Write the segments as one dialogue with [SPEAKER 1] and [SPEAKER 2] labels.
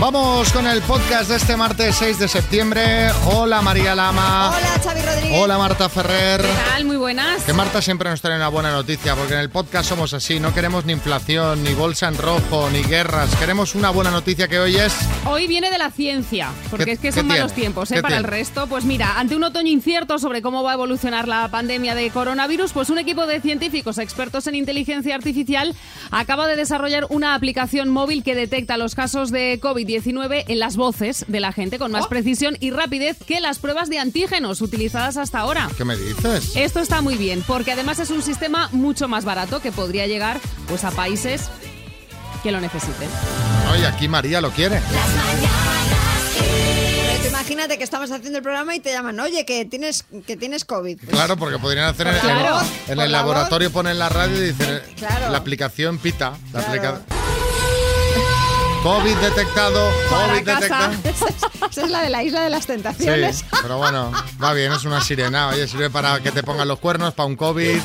[SPEAKER 1] Vamos con el podcast de este martes 6 de septiembre. Hola María Lama.
[SPEAKER 2] Hola Xavi Rodríguez.
[SPEAKER 1] Hola Marta Ferrer.
[SPEAKER 3] ¿Qué tal? Muy buenas.
[SPEAKER 1] Que Marta siempre nos trae una buena noticia, porque en el podcast somos así, no queremos ni inflación, ni bolsa en rojo, ni guerras. Queremos una buena noticia que hoy es...
[SPEAKER 3] Hoy viene de la ciencia, porque
[SPEAKER 1] ¿Qué-
[SPEAKER 3] es que
[SPEAKER 1] qué
[SPEAKER 3] son malos
[SPEAKER 1] tiene?
[SPEAKER 3] tiempos
[SPEAKER 1] ¿Qué
[SPEAKER 3] ¿eh? para el
[SPEAKER 1] tiene?
[SPEAKER 3] resto. Pues mira, ante un otoño incierto sobre cómo va a evolucionar la pandemia de coronavirus, pues un equipo de científicos expertos en inteligencia artificial acaba de desarrollar una aplicación móvil que detecta los casos de COVID-19 en las voces de la gente con
[SPEAKER 2] Oh.
[SPEAKER 3] más precisión y rapidez que las pruebas de antígenos utilizadas hasta ahora.
[SPEAKER 1] ¿Qué me dices?
[SPEAKER 3] Esto está muy bien, porque además es un sistema mucho más barato que podría llegar pues a países que lo necesiten.
[SPEAKER 1] Oye, aquí María lo quiere.
[SPEAKER 2] Pero tú imagínate que estamos haciendo el programa y te llaman, oye, que tienes, que tienes COVID. Pues,
[SPEAKER 1] Claro, porque podrían hacer en- en-
[SPEAKER 3] Claro.
[SPEAKER 1] en,
[SPEAKER 2] Por
[SPEAKER 1] el
[SPEAKER 2] la voz.
[SPEAKER 1] laboratorio, ponen la radio y dicen, eh,
[SPEAKER 2] Claro.
[SPEAKER 1] la aplicación pita. La
[SPEAKER 2] Claro.
[SPEAKER 1] aplica- COVID detectado,
[SPEAKER 3] Para
[SPEAKER 1] COVID
[SPEAKER 3] casa.
[SPEAKER 1] detectado.
[SPEAKER 2] Esa es, esa es la de la isla de las tentaciones.
[SPEAKER 1] Sí, pero bueno, va bien, es una sirena. Oye, sirve para que te pongan los cuernos, para un COVID.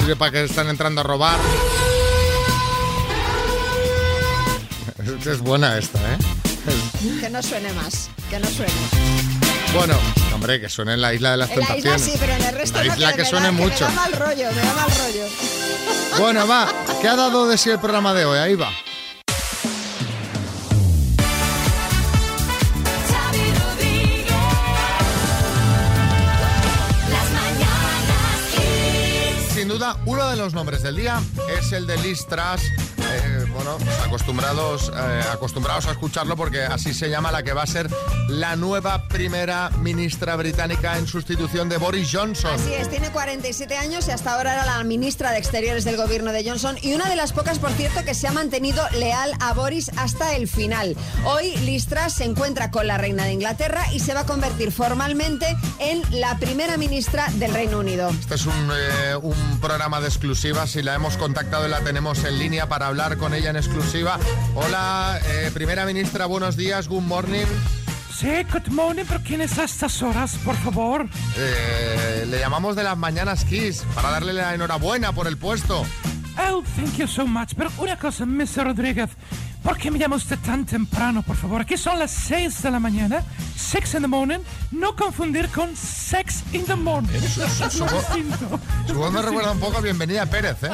[SPEAKER 1] Sirve para que están entrando a robar. Es es buena esta, ¿eh?
[SPEAKER 2] Que no suene más, que no suene.
[SPEAKER 1] Bueno, hombre, que suene en la isla de las
[SPEAKER 2] En la isla
[SPEAKER 1] tentaciones.
[SPEAKER 2] sí, pero en el resto
[SPEAKER 1] La
[SPEAKER 2] no,
[SPEAKER 1] isla
[SPEAKER 2] de
[SPEAKER 1] que
[SPEAKER 2] verdad,
[SPEAKER 1] suene
[SPEAKER 2] me
[SPEAKER 1] mucho.
[SPEAKER 2] da mal rollo, me da mal rollo.
[SPEAKER 1] Bueno, va, ¿qué ha dado de sí el programa de hoy? Ahí va. Sin duda, uno de los nombres del día es el de Listras. Eh, bueno, pues acostumbrados, eh, acostumbrados a escucharlo porque así se llama la que va a ser la nueva primera ministra británica en sustitución de Boris Johnson.
[SPEAKER 2] Así es, tiene 47 años y hasta ahora era la ministra de Exteriores del gobierno de Johnson y una de las pocas, por cierto, que se ha mantenido leal a Boris hasta el final. Hoy Listra se encuentra con la reina de Inglaterra y se va a convertir formalmente en la primera ministra del Reino Unido.
[SPEAKER 1] Este es un, eh, un programa de exclusiva. Si la hemos contactado y la tenemos en línea para hablar con ella en exclusiva. Hola, eh, primera ministra, buenos días, good morning.
[SPEAKER 4] Sí, good morning, pero ¿quién es a estas horas, por favor?
[SPEAKER 1] Eh, le llamamos de las mañanas Kiss para darle la enhorabuena por el puesto.
[SPEAKER 4] Oh, thank you so much. Pero una cosa, Mr. Rodríguez, ¿por qué me llama usted tan temprano, por favor? Aquí son las 6 de la mañana, 6 in the morning, no confundir con sex in the morning. Es
[SPEAKER 1] su
[SPEAKER 4] muy
[SPEAKER 1] voz-
[SPEAKER 4] distinto.
[SPEAKER 1] Su voz me recuerda un poco a Bienvenida Pérez, ¿eh?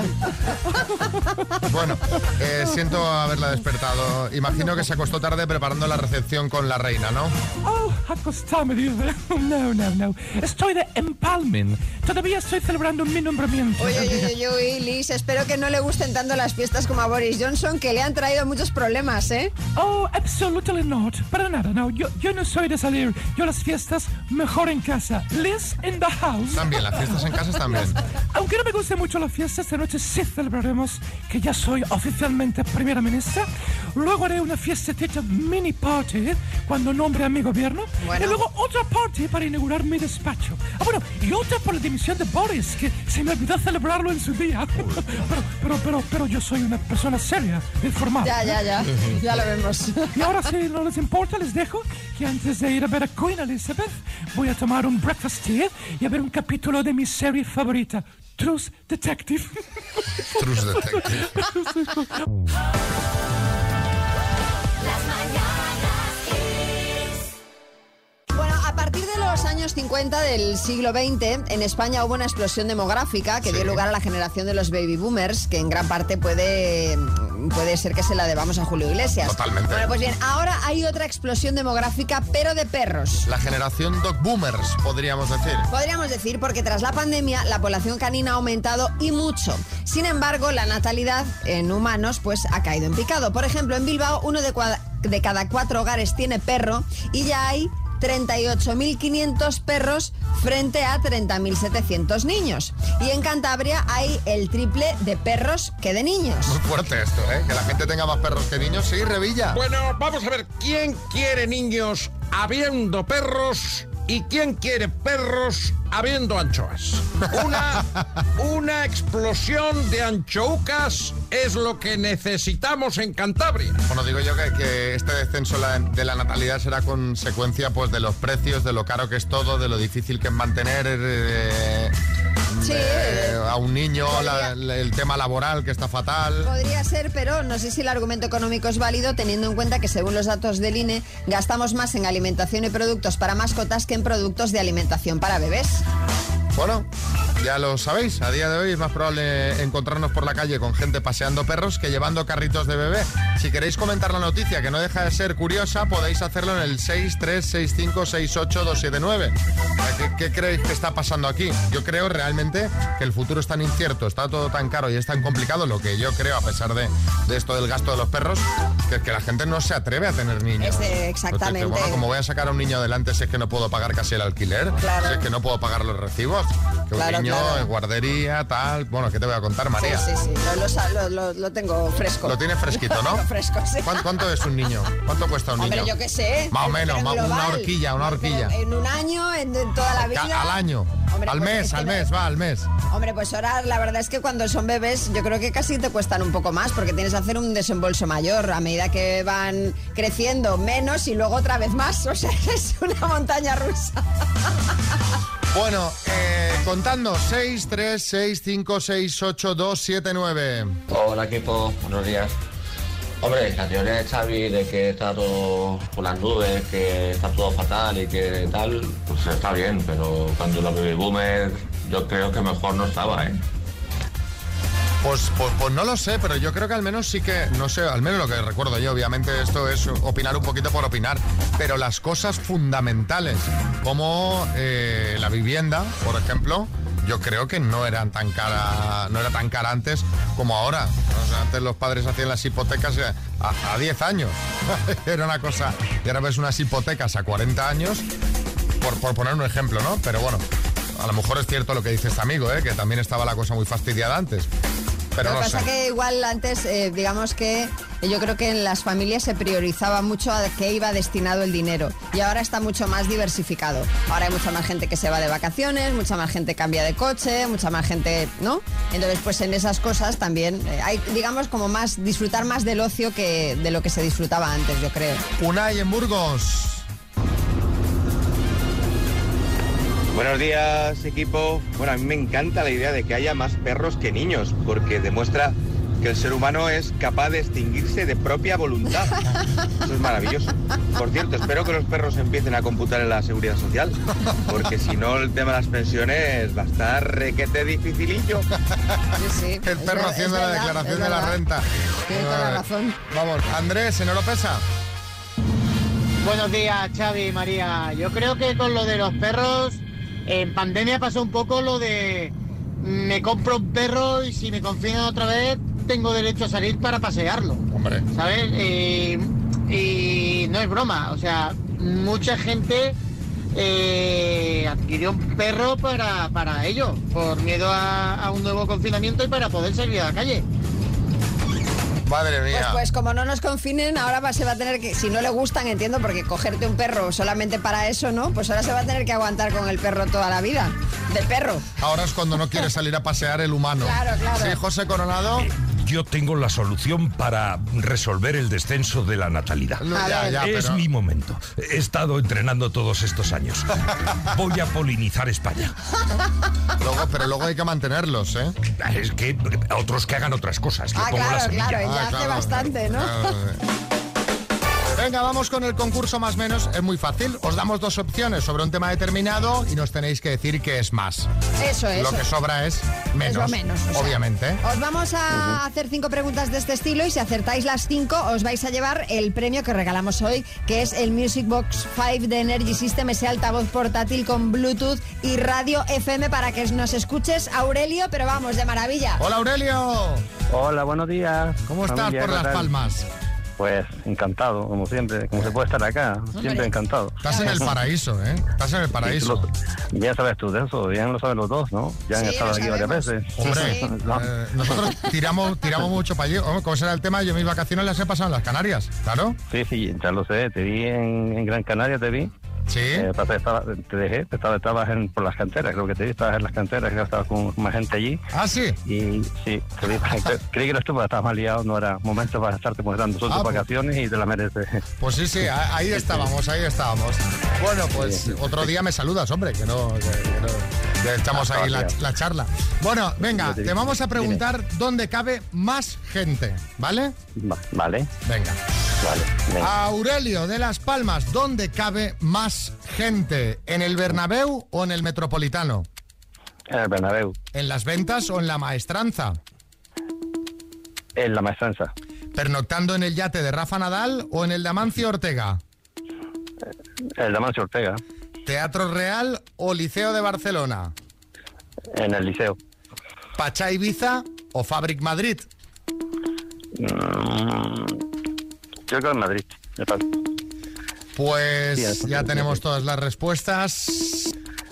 [SPEAKER 1] Bueno, eh, siento haberla despertado. Imagino que se acostó tarde preparando la recepción con la reina, ¿no?
[SPEAKER 4] Oh, acostarme, dice. No, no, no. Estoy de empalming. Todavía estoy celebrando mi nombramiento.
[SPEAKER 2] Oye, oye, oye, oye, Liz, espero que no le gusten tanto las fiestas como a Boris Johnson, que le han traído muchos problemas, ¿eh?
[SPEAKER 4] Oh, absolutely not. Para nada, no. Yo, yo no soy de salir. Yo las fiestas mejor en casa. Liz in the house.
[SPEAKER 1] También, las fiestas en casa también.
[SPEAKER 4] Aunque no me guste mucho las fiestas, esta noche sí celebraremos que ya soy oficialmente primera ministra. Luego haré una fiestecita mini party cuando nombre a mi gobierno.
[SPEAKER 2] Bueno.
[SPEAKER 4] Y luego otra party para inaugurar mi despacho. Ah, bueno, y otra por la dimisión de Boris, que se me olvidó celebrarlo en su día. Pero, pero, pero, pero yo soy una persona seria, informada.
[SPEAKER 2] Ya, ya, ya, ya lo vemos.
[SPEAKER 4] ¿eh? Y ahora, si no les importa, les dejo que antes de ir a ver a Queen Elizabeth, voy a tomar un breakfast tea y a ver un capítulo de mi serie favorita, Truth Detective.
[SPEAKER 1] Trus Detective.
[SPEAKER 2] Bueno, a partir de los años 50 del siglo XX, en España hubo una explosión demográfica que
[SPEAKER 1] Sí.
[SPEAKER 2] dio lugar a la generación de los baby boomers, que en gran parte puede, puede ser que se la debamos a Julio Iglesias.
[SPEAKER 1] Totalmente.
[SPEAKER 2] Bueno, pues bien, ahora hay otra explosión demográfica, pero de perros.
[SPEAKER 1] La generación dog boomers, podríamos decir.
[SPEAKER 2] Podríamos decir porque tras la pandemia la población canina ha aumentado y mucho. Sin embargo, la natalidad en humanos pues ha caído en picado. Por ejemplo, en Bilbao uno de, cua- de cada cuatro hogares tiene perro y ya hay 38.500 perros frente a 30.700 niños. Y en Cantabria hay el triple de perros que de niños.
[SPEAKER 1] Muy fuerte esto, ¿eh? Que la gente tenga más perros que niños. Sí, Revilla.
[SPEAKER 5] Bueno, vamos a ver, ¿quién quiere niños habiendo perros y quién quiere perros habiendo anchoas? Una, una explosión de anchoucas es lo que necesitamos en Cantabria.
[SPEAKER 1] Bueno, digo yo que, que este descenso la- de la natalidad será consecuencia pues de los precios, de lo caro que es todo, de lo difícil que es mantener eh,
[SPEAKER 2] Sí.
[SPEAKER 1] eh, a un niño, la- la- el tema laboral que está fatal.
[SPEAKER 2] Podría ser, pero no sé si el argumento económico es válido teniendo en cuenta que según los datos del INE gastamos más en alimentación y productos para mascotas que en productos de alimentación para bebés.
[SPEAKER 1] Bueno, ya lo sabéis, a día de hoy es más probable encontrarnos por la calle con gente paseando perros que llevando carritos de bebé. Si queréis comentar la noticia, que no deja de ser curiosa, podéis hacerlo en el 636568279. ¿Qué, ¿Qué creéis que está pasando aquí? Yo creo realmente que el futuro es tan incierto, está todo tan caro y es tan complicado, lo que yo creo, a pesar de, de esto del gasto de los perros, que, que la gente no se atreve a tener niños.
[SPEAKER 2] Este, exactamente.
[SPEAKER 1] Bueno, como voy a sacar a un niño adelante si es que no puedo pagar casi el alquiler,
[SPEAKER 2] Claro.
[SPEAKER 1] si es que no puedo pagar los recibos, que un
[SPEAKER 2] Claro,
[SPEAKER 1] niño
[SPEAKER 2] claro.
[SPEAKER 1] en guardería, tal. Bueno, ¿qué te voy a contar,
[SPEAKER 2] Sí,
[SPEAKER 1] María?
[SPEAKER 2] sí, sí, lo, lo sa- lo- lo- lo tengo fresco.
[SPEAKER 1] Lo tienes fresquito,
[SPEAKER 2] Lo
[SPEAKER 1] ¿no?
[SPEAKER 2] tengo fresco, sí.
[SPEAKER 1] ¿Cuán- ¿Cuánto, es un niño? ¿Cuánto cuesta un
[SPEAKER 2] Hombre,
[SPEAKER 1] niño?
[SPEAKER 2] yo qué sé.
[SPEAKER 1] Más o
[SPEAKER 2] Pero
[SPEAKER 1] menos,
[SPEAKER 2] en
[SPEAKER 1] ma- una
[SPEAKER 2] global.
[SPEAKER 1] horquilla, una
[SPEAKER 2] Pero
[SPEAKER 1] horquilla.
[SPEAKER 2] En un año, en, en toda la vida.
[SPEAKER 1] Ca- Al año,
[SPEAKER 2] Hombre,
[SPEAKER 1] al
[SPEAKER 2] pues es
[SPEAKER 1] mes,
[SPEAKER 2] que
[SPEAKER 1] al
[SPEAKER 2] no-
[SPEAKER 1] mes, va, al mes.
[SPEAKER 2] Hombre, pues ahora la verdad es que cuando son bebés yo creo que casi te cuestan un poco más porque tienes que hacer un desembolso mayor a medida que van creciendo menos y luego otra vez más. O sea, es una montaña rusa.
[SPEAKER 1] Bueno, eh, contando, 6, 3, 6, 5, 6, 8, 2, 7, 9.
[SPEAKER 6] Hola equipo, buenos días. Hombre, la teoría de Xavi de que está todo por las nubes, que está todo fatal y que tal, pues está bien, pero cuando los baby boomers yo creo que mejor no estaba, ¿eh?
[SPEAKER 1] Pues, pues, pues no lo sé, pero yo creo que al menos sí que, no sé, al menos lo que recuerdo yo, obviamente esto es opinar un poquito por opinar, pero las cosas fundamentales, como eh, la vivienda, por ejemplo, yo creo que no eran tan cara, no era tan cara antes como ahora. O sea, antes los padres hacían las hipotecas eh, a, a 10 años. era una cosa. Y ahora ves unas hipotecas a 40 años, por, por poner un ejemplo, ¿no? Pero bueno. A lo mejor es cierto lo que dice este amigo, ¿eh? que también estaba la cosa muy fastidiada antes. Pero
[SPEAKER 2] lo
[SPEAKER 1] no
[SPEAKER 2] que pasa
[SPEAKER 1] sé.
[SPEAKER 2] que igual antes, eh, digamos que yo creo que en las familias se priorizaba mucho a qué iba destinado el dinero y ahora está mucho más diversificado. Ahora hay mucha más gente que se va de vacaciones, mucha más gente cambia de coche, mucha más gente, ¿no? Entonces, pues en esas cosas también eh, hay, digamos, como más disfrutar más del ocio que de lo que se disfrutaba antes, yo creo.
[SPEAKER 1] Unai en Burgos.
[SPEAKER 7] Buenos días, equipo. Bueno, a mí me encanta la idea de que haya más perros que niños, porque demuestra que el ser humano es capaz de extinguirse de propia voluntad. Eso es maravilloso. Por cierto, espero que los perros empiecen a computar en la seguridad social, porque si no, el tema de las pensiones va a estar requete dificilillo.
[SPEAKER 2] Sí, sí.
[SPEAKER 1] El
[SPEAKER 2] Es
[SPEAKER 1] perro
[SPEAKER 2] ver-
[SPEAKER 1] haciendo
[SPEAKER 2] es
[SPEAKER 1] la
[SPEAKER 2] verdad,
[SPEAKER 1] declaración
[SPEAKER 2] es
[SPEAKER 1] de la
[SPEAKER 2] verdad.
[SPEAKER 1] renta.
[SPEAKER 2] Tiene toda la
[SPEAKER 1] Vale.
[SPEAKER 2] razón.
[SPEAKER 1] Vamos, Andrés, en Oropesa.
[SPEAKER 8] Buenos días, Xavi y María. Yo creo que con lo de los perros, en pandemia pasó un poco lo de mm, me compro un perro y si me confinan otra vez, tengo derecho a salir para pasearlo.
[SPEAKER 1] Hombre.
[SPEAKER 8] ¿Sabes? Eh, y no es broma, o sea, mucha gente eh, adquirió un perro para, para ello, por miedo a, a un nuevo confinamiento y para poder salir a la calle.
[SPEAKER 1] Madre
[SPEAKER 2] Pues,
[SPEAKER 1] mía.
[SPEAKER 2] pues como no nos confinen, ahora va- se va a tener que, si no le gustan, entiendo, porque cogerte un perro solamente para eso, ¿no? Pues ahora se va a tener que aguantar con el perro toda la vida. Del perro.
[SPEAKER 1] Ahora es cuando no quiere salir a pasear el humano.
[SPEAKER 2] Claro, claro.
[SPEAKER 1] Sí, José Coronado.
[SPEAKER 9] Yo tengo la solución para resolver el descenso de la natalidad.
[SPEAKER 1] No,
[SPEAKER 2] A
[SPEAKER 1] ya,
[SPEAKER 2] ver.
[SPEAKER 1] ya,
[SPEAKER 9] es
[SPEAKER 1] pero-
[SPEAKER 9] mi momento. He estado entrenando todos estos años. Voy a polinizar España.
[SPEAKER 1] luego- pero luego hay que mantenerlos, ¿eh?
[SPEAKER 9] Es que a otros que hagan otras cosas. Yo
[SPEAKER 2] Ah,
[SPEAKER 9] pongo la
[SPEAKER 2] claro,
[SPEAKER 9] semilla.
[SPEAKER 2] claro, ya hace bastante, ¿no?
[SPEAKER 1] Venga, vamos con el concurso más menos. Es muy fácil. Os damos dos opciones sobre un tema determinado y nos tenéis que decir qué es más.
[SPEAKER 2] Eso es.
[SPEAKER 1] Lo que sobra es menos.
[SPEAKER 2] Es lo menos. o sea.
[SPEAKER 1] obviamente. ¿eh?
[SPEAKER 2] Os vamos a hacer cinco preguntas de este estilo y si acertáis las cinco os vais a llevar el premio que regalamos hoy, que es el Music Box 5 de Energy System, ese altavoz portátil con Bluetooth y radio FM para que nos escuches, Aurelio, pero vamos, de maravilla.
[SPEAKER 1] Hola, Aurelio.
[SPEAKER 10] Hola, buenos días.
[SPEAKER 1] ¿Cómo estás
[SPEAKER 10] Familia,
[SPEAKER 1] por
[SPEAKER 10] ¿qué
[SPEAKER 1] Las
[SPEAKER 10] tal?
[SPEAKER 1] Palmas?
[SPEAKER 10] Pues encantado, como siempre, como se puede estar acá, siempre encantado.
[SPEAKER 1] Estás en el paraíso, ¿eh? Estás en el
[SPEAKER 10] Y
[SPEAKER 1] paraíso.
[SPEAKER 10] tú lo- ya sabes tú de eso, bien lo saben los dos, ¿no? Ya han
[SPEAKER 2] Sí,
[SPEAKER 10] estado
[SPEAKER 2] lo
[SPEAKER 10] aquí varias
[SPEAKER 2] sabemos.
[SPEAKER 10] veces.
[SPEAKER 1] Hombre,
[SPEAKER 2] Sí, sí.
[SPEAKER 10] No.
[SPEAKER 1] eh, nosotros tiramos, tiramos mucho para allí. Hombre, ¿Cómo será el tema? Yo mis vacaciones las he pasado en las Canarias, claro.
[SPEAKER 10] Sí, sí, ya lo sé, te vi en, en Gran Canaria, te vi.
[SPEAKER 1] Sí.
[SPEAKER 10] Eh, pasa que estaba- te dejé, te estaba, estabas en, por las canteras, creo que te vi, estabas en las canteras, creo que estabas con más gente allí.
[SPEAKER 1] Ah, sí.
[SPEAKER 10] Y sí, te vi, cre- creí que eras tú, pero estabas más liado, no era momento para estarte mostrando. Son
[SPEAKER 1] Ah,
[SPEAKER 10] tus
[SPEAKER 1] pues-
[SPEAKER 10] vacaciones y te las mereces.
[SPEAKER 1] Pues sí, sí, a- ahí estábamos, ahí estábamos. Bueno, pues otro día me saludas, hombre, que no. que- que no- Ya estamos ahí en la,
[SPEAKER 10] Gracias.
[SPEAKER 1] la charla. Bueno, venga,
[SPEAKER 10] Yo te-
[SPEAKER 1] te vamos a preguntar dónde cabe más gente, ¿vale?
[SPEAKER 10] Va- vale,
[SPEAKER 1] Venga.
[SPEAKER 10] vale. venga.
[SPEAKER 1] Aurelio de Las Palmas, ¿dónde cabe más gente? ¿En el Bernabéu o en el Metropolitano?
[SPEAKER 10] El Eh, Bernabéu,
[SPEAKER 1] ¿En las ventas o en la maestranza?
[SPEAKER 10] en la maestranza,
[SPEAKER 1] ¿Pernoctando en el yate de Rafa Nadal o en el de Amancio Ortega?
[SPEAKER 10] el Damancio Ortega,
[SPEAKER 1] ¿Teatro Real o Liceo de Barcelona?
[SPEAKER 10] en el liceo.
[SPEAKER 1] ¿Pachá Ibiza o Fabric Madrid?
[SPEAKER 10] Mm, Yo creo en Madrid. ya está. Sí,
[SPEAKER 1] Pues
[SPEAKER 10] eso
[SPEAKER 1] ya
[SPEAKER 10] creo
[SPEAKER 1] tenemos
[SPEAKER 10] que-
[SPEAKER 1] todas las respuestas.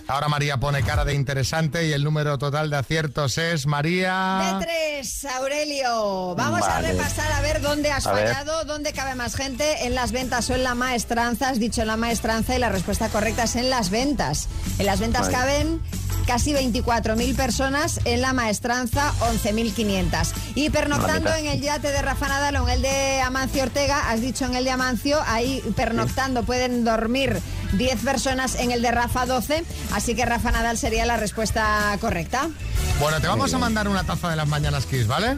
[SPEAKER 1] Ahora María pone cara de interesante y el número total de aciertos es María.
[SPEAKER 2] De tres, Aurelio. Vamos a
[SPEAKER 10] Vale.
[SPEAKER 2] repasar a ver dónde has
[SPEAKER 10] A ver.
[SPEAKER 2] fallado, dónde cabe más gente, en las ventas o en la maestranza. Has dicho en la maestranza y la respuesta correcta es en las ventas. En las ventas
[SPEAKER 10] Vale.
[SPEAKER 2] caben casi 24.000 personas, en la maestranza 11.500. Y pernoctando
[SPEAKER 10] La mitad.
[SPEAKER 2] en el yate de Rafa Nadal o en el de Amancio Ortega, has dicho en el de Amancio, ahí pernoctando pueden dormir 10 personas, en el de Rafa 12, así que Rafa Nadal sería la respuesta correcta.
[SPEAKER 1] Bueno, te vamos a mandar una taza de las mañanas Kiss, ¿vale?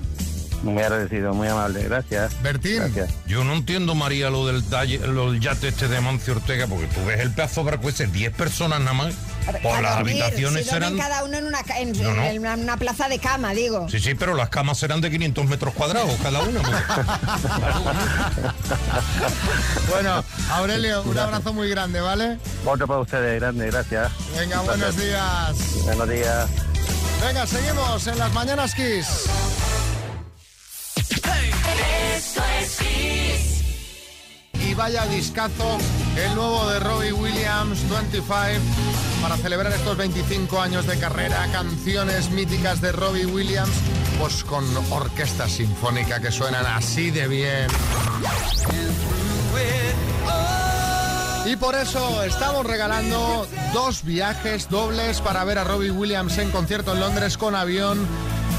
[SPEAKER 10] Muy agradecido, muy amable. Gracias.
[SPEAKER 1] Bertín.
[SPEAKER 10] Gracias.
[SPEAKER 9] Yo no entiendo, María, lo del, talle- lo del yate este de Amancio Ortega, porque tú ves el pedazo de barco ese, 10 personas nada más,
[SPEAKER 2] A
[SPEAKER 9] por las
[SPEAKER 2] dormir,
[SPEAKER 9] habitaciones
[SPEAKER 2] si duermen
[SPEAKER 9] serán...
[SPEAKER 2] cada uno en una, ca- en-
[SPEAKER 9] No,
[SPEAKER 2] en-
[SPEAKER 9] no.
[SPEAKER 2] en una- una plaza de cama, digo.
[SPEAKER 9] Sí, sí, pero las camas serán de 500 metros cuadrados cada una.
[SPEAKER 1] Bueno, Aurelio, un abrazo muy grande, ¿vale?
[SPEAKER 10] Otro para ustedes, grande, gracias.
[SPEAKER 1] Venga, buenos días.
[SPEAKER 10] Buenos días.
[SPEAKER 1] Venga, seguimos en las mañanas Kiss. Y vaya discazo el nuevo de Robbie Williams 25 para celebrar estos 25 años de carrera, canciones míticas de Robbie Williams, pues con orquesta sinfónica que suenan así de bien. Y por eso estamos regalando dos viajes dobles para ver a Robbie Williams en concierto en Londres con avión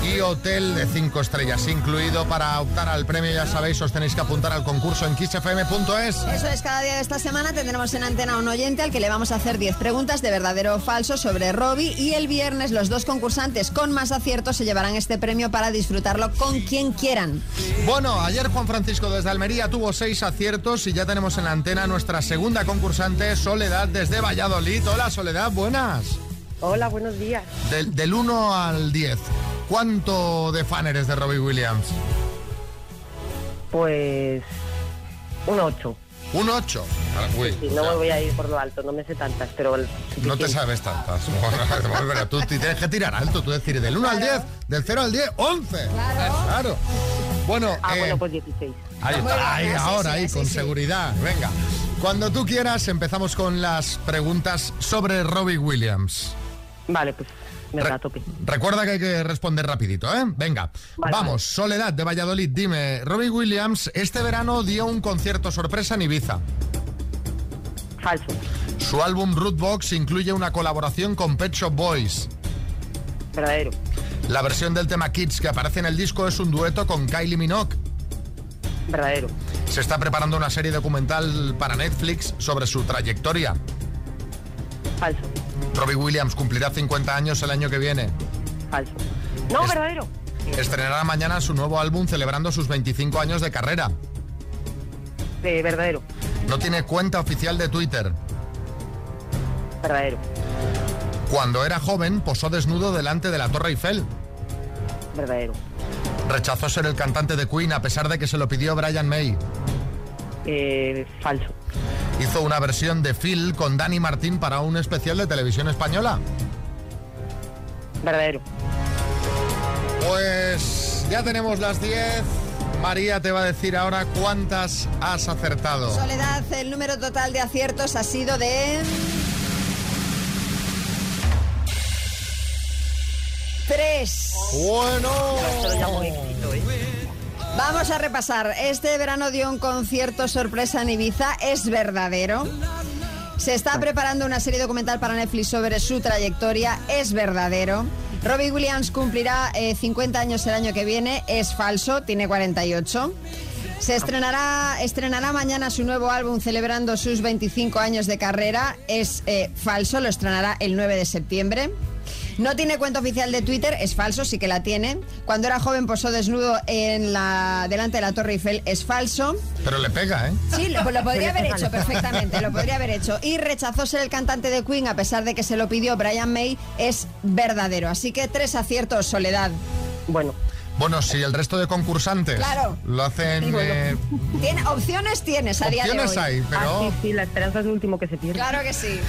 [SPEAKER 1] y hotel de 5 estrellas incluido. Para optar al premio, ya sabéis, os tenéis que apuntar al concurso en kissfm.es.
[SPEAKER 2] Eso es, cada día de esta semana tendremos en antena un oyente al que le vamos a hacer 10 preguntas de verdadero o falso sobre Robbie y el viernes los dos concursantes con más aciertos se llevarán este premio para disfrutarlo con quien quieran.
[SPEAKER 1] Bueno, ayer Juan Francisco desde Almería tuvo seis aciertos y ya tenemos en la antena nuestra segunda concursante, Soledad, desde Valladolid. Hola, Soledad, buenas.
[SPEAKER 11] Hola, buenos días.
[SPEAKER 1] Del, del 1 al 10, ¿cuánto de fan eres de Robbie Williams?
[SPEAKER 11] Pues un 8.
[SPEAKER 1] Un 8.
[SPEAKER 11] Sí, no me voy a ir por lo alto, no me sé tantas, pero... el-
[SPEAKER 1] No te sabes tantas. Bueno, pero tú te tienes que tirar alto, tú decir del 1 al 10, del 0 al 10, 11. Claro. Bueno,
[SPEAKER 11] Ah,
[SPEAKER 1] eh,
[SPEAKER 11] bueno, pues 16.
[SPEAKER 1] ahí
[SPEAKER 2] Muy
[SPEAKER 1] está, ahí,
[SPEAKER 2] bien, sí,
[SPEAKER 1] ahora,
[SPEAKER 2] sí,
[SPEAKER 1] ahí,
[SPEAKER 2] sí,
[SPEAKER 1] con
[SPEAKER 2] sí.
[SPEAKER 1] seguridad. Venga. Cuando tú quieras, empezamos con las preguntas sobre Robbie Williams.
[SPEAKER 11] Vale, pues me
[SPEAKER 1] Re-
[SPEAKER 11] da tope.
[SPEAKER 1] Recuerda que hay que responder rapidito, ¿eh? Venga,
[SPEAKER 11] Vale,
[SPEAKER 1] vamos. Soledad de Valladolid, dime, Robbie Williams este verano dio un concierto sorpresa en Ibiza.
[SPEAKER 11] Falso.
[SPEAKER 1] Su álbum Rootbox incluye una colaboración con Pet Shop Boys.
[SPEAKER 11] Verdadero.
[SPEAKER 1] La versión del tema Kids que aparece en el disco es un dueto con Kylie Minogue.
[SPEAKER 11] Verdadero.
[SPEAKER 1] Se está preparando una serie documental para Netflix sobre su trayectoria.
[SPEAKER 11] Falso.
[SPEAKER 1] Robbie Williams cumplirá 50 años el año que viene.
[SPEAKER 11] Falso. No,
[SPEAKER 1] Es-
[SPEAKER 11] verdadero.
[SPEAKER 1] Estrenará mañana su nuevo álbum celebrando sus 25 años de carrera.
[SPEAKER 11] Eh, verdadero.
[SPEAKER 1] No tiene cuenta oficial de Twitter.
[SPEAKER 11] Verdadero.
[SPEAKER 1] Cuando era joven posó desnudo delante de la Torre Eiffel.
[SPEAKER 11] Verdadero.
[SPEAKER 1] Rechazó ser el cantante de Queen a pesar de que se lo pidió Brian May.
[SPEAKER 11] Eh, falso.
[SPEAKER 1] Hizo una versión de Phil con Dani Martín para un especial de televisión española.
[SPEAKER 11] Verdadero.
[SPEAKER 1] Pues ya tenemos las 10. María te va a decir ahora cuántas has acertado.
[SPEAKER 9] Oh.
[SPEAKER 2] Soledad, el número total de aciertos ha sido de... 3.
[SPEAKER 1] Bueno.
[SPEAKER 11] Esto lo llamo éxito, ¿eh?
[SPEAKER 2] Vamos a repasar. Este verano dio un concierto sorpresa en Ibiza. Es verdadero. Se está preparando una serie documental para Netflix sobre su trayectoria. Es verdadero. Robbie Williams cumplirá eh, 50 años el año que viene. Es falso. Tiene 48. Se estrenará, estrenará mañana su nuevo álbum celebrando sus 25 años de carrera. Es eh, falso. Lo estrenará el 9 de septiembre. No tiene cuenta oficial de Twitter, es falso, sí que la tiene. Cuando era joven posó desnudo en la, delante de la Torre Eiffel, es falso.
[SPEAKER 1] Pero le pega, ¿eh?
[SPEAKER 2] Sí, lo, lo podría haber hecho perfectamente, lo podría haber hecho. Y rechazó ser el cantante de Queen a pesar de que se lo pidió Brian May, es verdadero. Así que tres aciertos, Soledad.
[SPEAKER 11] Bueno.
[SPEAKER 1] Bueno, si el resto de concursantes
[SPEAKER 2] Claro.
[SPEAKER 1] lo hacen...
[SPEAKER 2] Digo yo.
[SPEAKER 1] eh,
[SPEAKER 2] Tiene- opciones tienes a día de hoy.
[SPEAKER 1] Opciones hay, pero-
[SPEAKER 11] Ah, sí, sí, la esperanza es lo último que se pierde.
[SPEAKER 2] Claro que sí.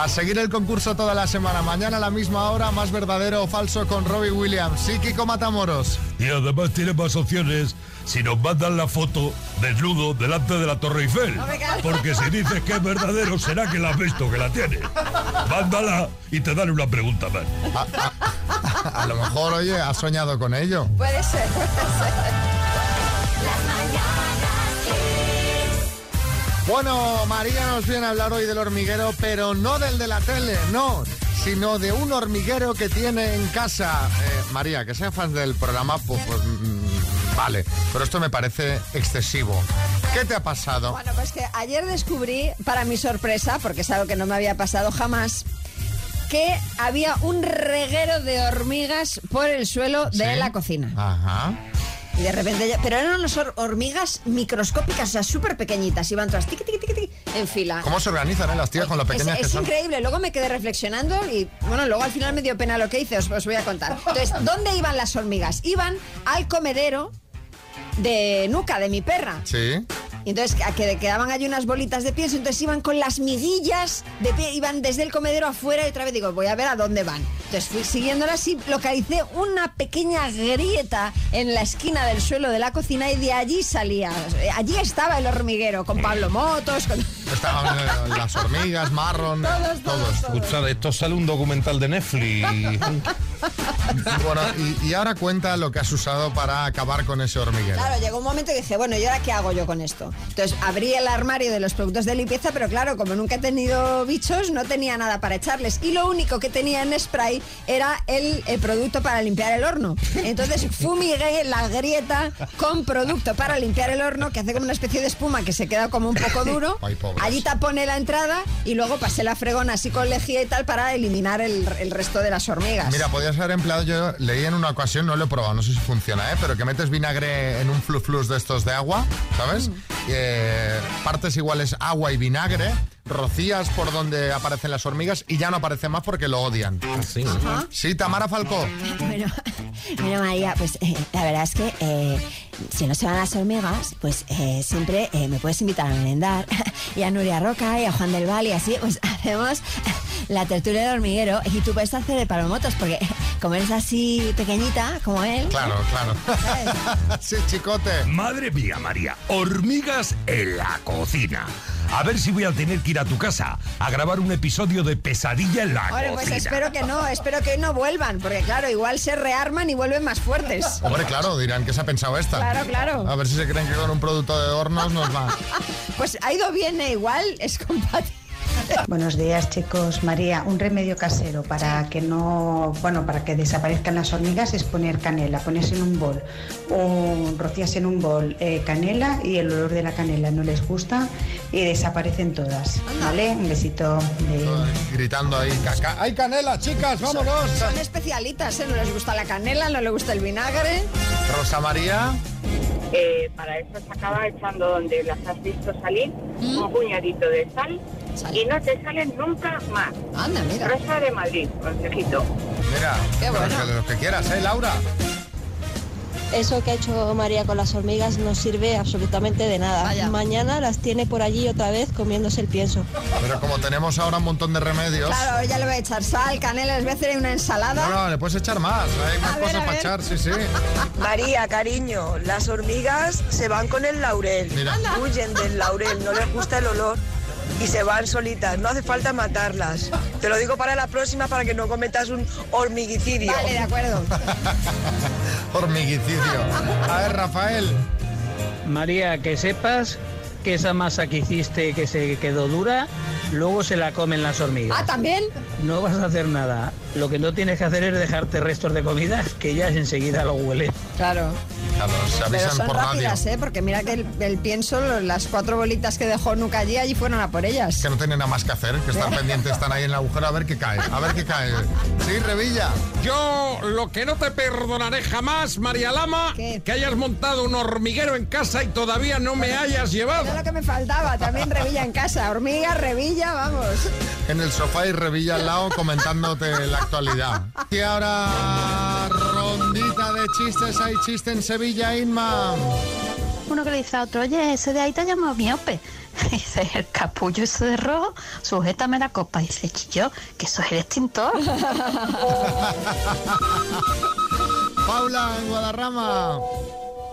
[SPEAKER 1] a seguir el concurso toda la semana. Mañana a la misma hora, más verdadero o falso con Robbie Williams. Sí, Kiko Matamoros.
[SPEAKER 12] Y además tiene más opciones si nos mandan la foto desnudo delante de la Torre Eiffel.
[SPEAKER 13] No me cago.
[SPEAKER 12] Porque si dices que es verdadero, será que la has visto, que la tienes. Mándala y te dan una pregunta más.
[SPEAKER 1] Ah, A lo mejor, oye, has soñado con ello.
[SPEAKER 2] Puede ser, puede ser.
[SPEAKER 1] Bueno, María nos viene a hablar hoy del hormiguero, pero no del de la tele, no, sino de un hormiguero que tiene en casa. Eh, María, que sea fan del programa, pues, pues, mm, vale, pero esto me parece excesivo. ¿Qué te ha pasado?
[SPEAKER 2] Bueno, pues que ayer descubrí, para mi sorpresa, porque es algo que no me había pasado jamás, que había un reguero de hormigas por el suelo de
[SPEAKER 1] ¿Sí?
[SPEAKER 2] la cocina.
[SPEAKER 1] Ajá.
[SPEAKER 2] Y de repente, ya- pero eran unas hor- hormigas microscópicas, o sea, súper pequeñitas, iban todas tiqui, tiqui, tiqui, tiqui, en fila.
[SPEAKER 1] ¿Cómo se organizan eh, las tías con lo
[SPEAKER 2] Es,
[SPEAKER 1] pequeñas que
[SPEAKER 2] es
[SPEAKER 1] son?
[SPEAKER 2] increíble, luego me quedé reflexionando y bueno, luego al final me dio pena lo que hice, os, os voy a contar. Entonces, ¿dónde iban las hormigas? Iban al comedero de nuca de mi perra.
[SPEAKER 1] Sí.
[SPEAKER 2] Y entonces a que quedaban allí unas bolitas de pienso, entonces iban con las miguillas de pie, iban desde el comedero afuera y otra vez digo, voy a ver a dónde van. Entonces fui siguiéndolas y localicé una pequeña grieta en la esquina del suelo de la cocina y de allí salía. eh, Allí estaba el hormiguero, con Pablo Motos, con...
[SPEAKER 1] Estaban eh, las hormigas, Marron, todos.
[SPEAKER 9] Escucha, de esto sale un documental de Netflix.
[SPEAKER 1] Bueno, y, y ahora cuenta lo que has usado para acabar con ese hormiguero.
[SPEAKER 2] Claro, llegó un momento que dije, bueno, ¿y ahora qué hago yo con esto? Entonces abrí el armario de los productos de limpieza, pero claro, como nunca he tenido bichos, no tenía nada para echarles. Y lo único que tenía en spray era el, eh, producto para limpiar el horno. Entonces fumigué la grieta con producto para limpiar el horno, que hace como una especie de espuma que se queda como un poco duro.
[SPEAKER 1] Ay, pobres.
[SPEAKER 2] Allí taponé la entrada y luego pasé la fregona así con lejía y tal para eliminar el, el resto de las hormigas.
[SPEAKER 1] Mira, podías haber empleado, yo leí en una ocasión, no lo he probado, no sé si funciona, ¿eh? pero que metes vinagre en un fluflus de estos de agua,
[SPEAKER 2] Mm.
[SPEAKER 1] ¿sabes? Eh, partes iguales agua y vinagre, rocías por donde aparecen las hormigas y ya no aparece más porque lo odian. Sí,
[SPEAKER 2] Ajá.
[SPEAKER 1] Tamara Falcó.
[SPEAKER 14] Bueno, bueno, María, pues eh, la verdad es que eh, si no se van las hormigas, pues eh, siempre eh, me puedes invitar a merendar y a Nuria Roca y a Juan del Val y así, pues hacemos la tertulia del hormiguero y tú puedes hacer de palomotos porque como eres así pequeñita como él...
[SPEAKER 1] Claro, claro. sí, chicote.
[SPEAKER 12] Madre mía, María. Hormigas en la cocina. A ver si voy a tener que ir a tu casa a grabar un episodio de Pesadilla en la
[SPEAKER 2] Ahora,
[SPEAKER 12] cocina.
[SPEAKER 2] pues espero que no, espero que no vuelvan, porque claro, igual se rearman y vuelven más fuertes.
[SPEAKER 1] Hombre, claro, dirán que se ha pensado esta.
[SPEAKER 2] Claro, claro.
[SPEAKER 1] A ver si se creen que con un producto de hornos nos va.
[SPEAKER 2] Pues ha ido bien, ¿eh? igual es compatible.
[SPEAKER 15] Buenos días, chicos. María, un remedio casero para que no, bueno, para que desaparezcan las hormigas es poner canela, pones en un bol, o rocías en un bol eh, canela y el olor de la canela no les gusta y desaparecen todas. ¿Vale? Un besito.
[SPEAKER 1] Gritando ahí, caca. ¡Hay canela, chicas! ¡Vámonos!
[SPEAKER 2] Son, son especialitas, ¿eh? No les gusta la canela, no les gusta el vinagre.
[SPEAKER 1] Rosa María.
[SPEAKER 16] Eh, para eso se acaba echando donde las has visto salir
[SPEAKER 3] Mm.
[SPEAKER 16] un puñadito de sal, y no te salen nunca más.
[SPEAKER 2] Anda, mira.
[SPEAKER 16] Rosa de Madrid, consejito.
[SPEAKER 1] Mira,
[SPEAKER 16] Qué
[SPEAKER 1] pero
[SPEAKER 16] bueno.
[SPEAKER 1] que lo que quieras, ¿eh, Laura?
[SPEAKER 17] Eso que ha hecho María con las hormigas no sirve absolutamente de nada. Mañana las tiene por allí otra vez comiéndose el pienso.
[SPEAKER 1] Pero como tenemos ahora un montón de remedios.
[SPEAKER 2] Claro, ahora ya le voy a echar sal, canela, les voy a hacer una ensalada.
[SPEAKER 1] No, no, le puedes echar más. ¿eh? Hay más cosas para echar, sí, sí.
[SPEAKER 18] María, cariño, las hormigas se van con el laurel, huyen del laurel, no les gusta el olor y se van solitas, no hace falta matarlas. Te lo digo para la próxima para que no cometas un hormiguicidio.
[SPEAKER 2] Vale, de acuerdo.
[SPEAKER 1] Hormiguicidio. A ver, Rafael.
[SPEAKER 19] María, que sepas
[SPEAKER 10] que esa masa que hiciste que se quedó dura, luego se la comen las hormigas.
[SPEAKER 2] Ah, también.
[SPEAKER 10] No vas a hacer nada. Lo que no tienes que hacer es dejarte restos de comida, que ellas enseguida lo huelen.
[SPEAKER 2] Claro.
[SPEAKER 1] Claro, se
[SPEAKER 2] Pero
[SPEAKER 1] avisan
[SPEAKER 2] son
[SPEAKER 1] por radio.
[SPEAKER 2] rápidas, ¿eh? Porque mira que el, el pienso, lo- las cuatro bolitas que dejó Nuca allí, allí fueron a por ellas.
[SPEAKER 1] Que no tienen nada más que hacer, que están pendientes, están ahí en el agujero a ver qué cae, a ver qué cae. Sí, Revilla.
[SPEAKER 20] Yo lo que no te perdonaré jamás, María Lama, que hayas montado un hormiguero en casa y todavía no me hayas llevado.
[SPEAKER 2] Era lo que me faltaba, también revilla en casa. Hormiga, revilla, vamos.
[SPEAKER 1] En el sofá y Revilla al lado comentándote la actualidad. Y ahora, rondita de chistes, hay chiste en Sevilla, Inma.
[SPEAKER 21] Uno que le dice a otro, oye, ese de ahí te llamado miope. Dice, el capullo ese de rojo, sujétame la copa. Dice, chillo, que eso es el extintor.
[SPEAKER 1] Paula en Guadarrama.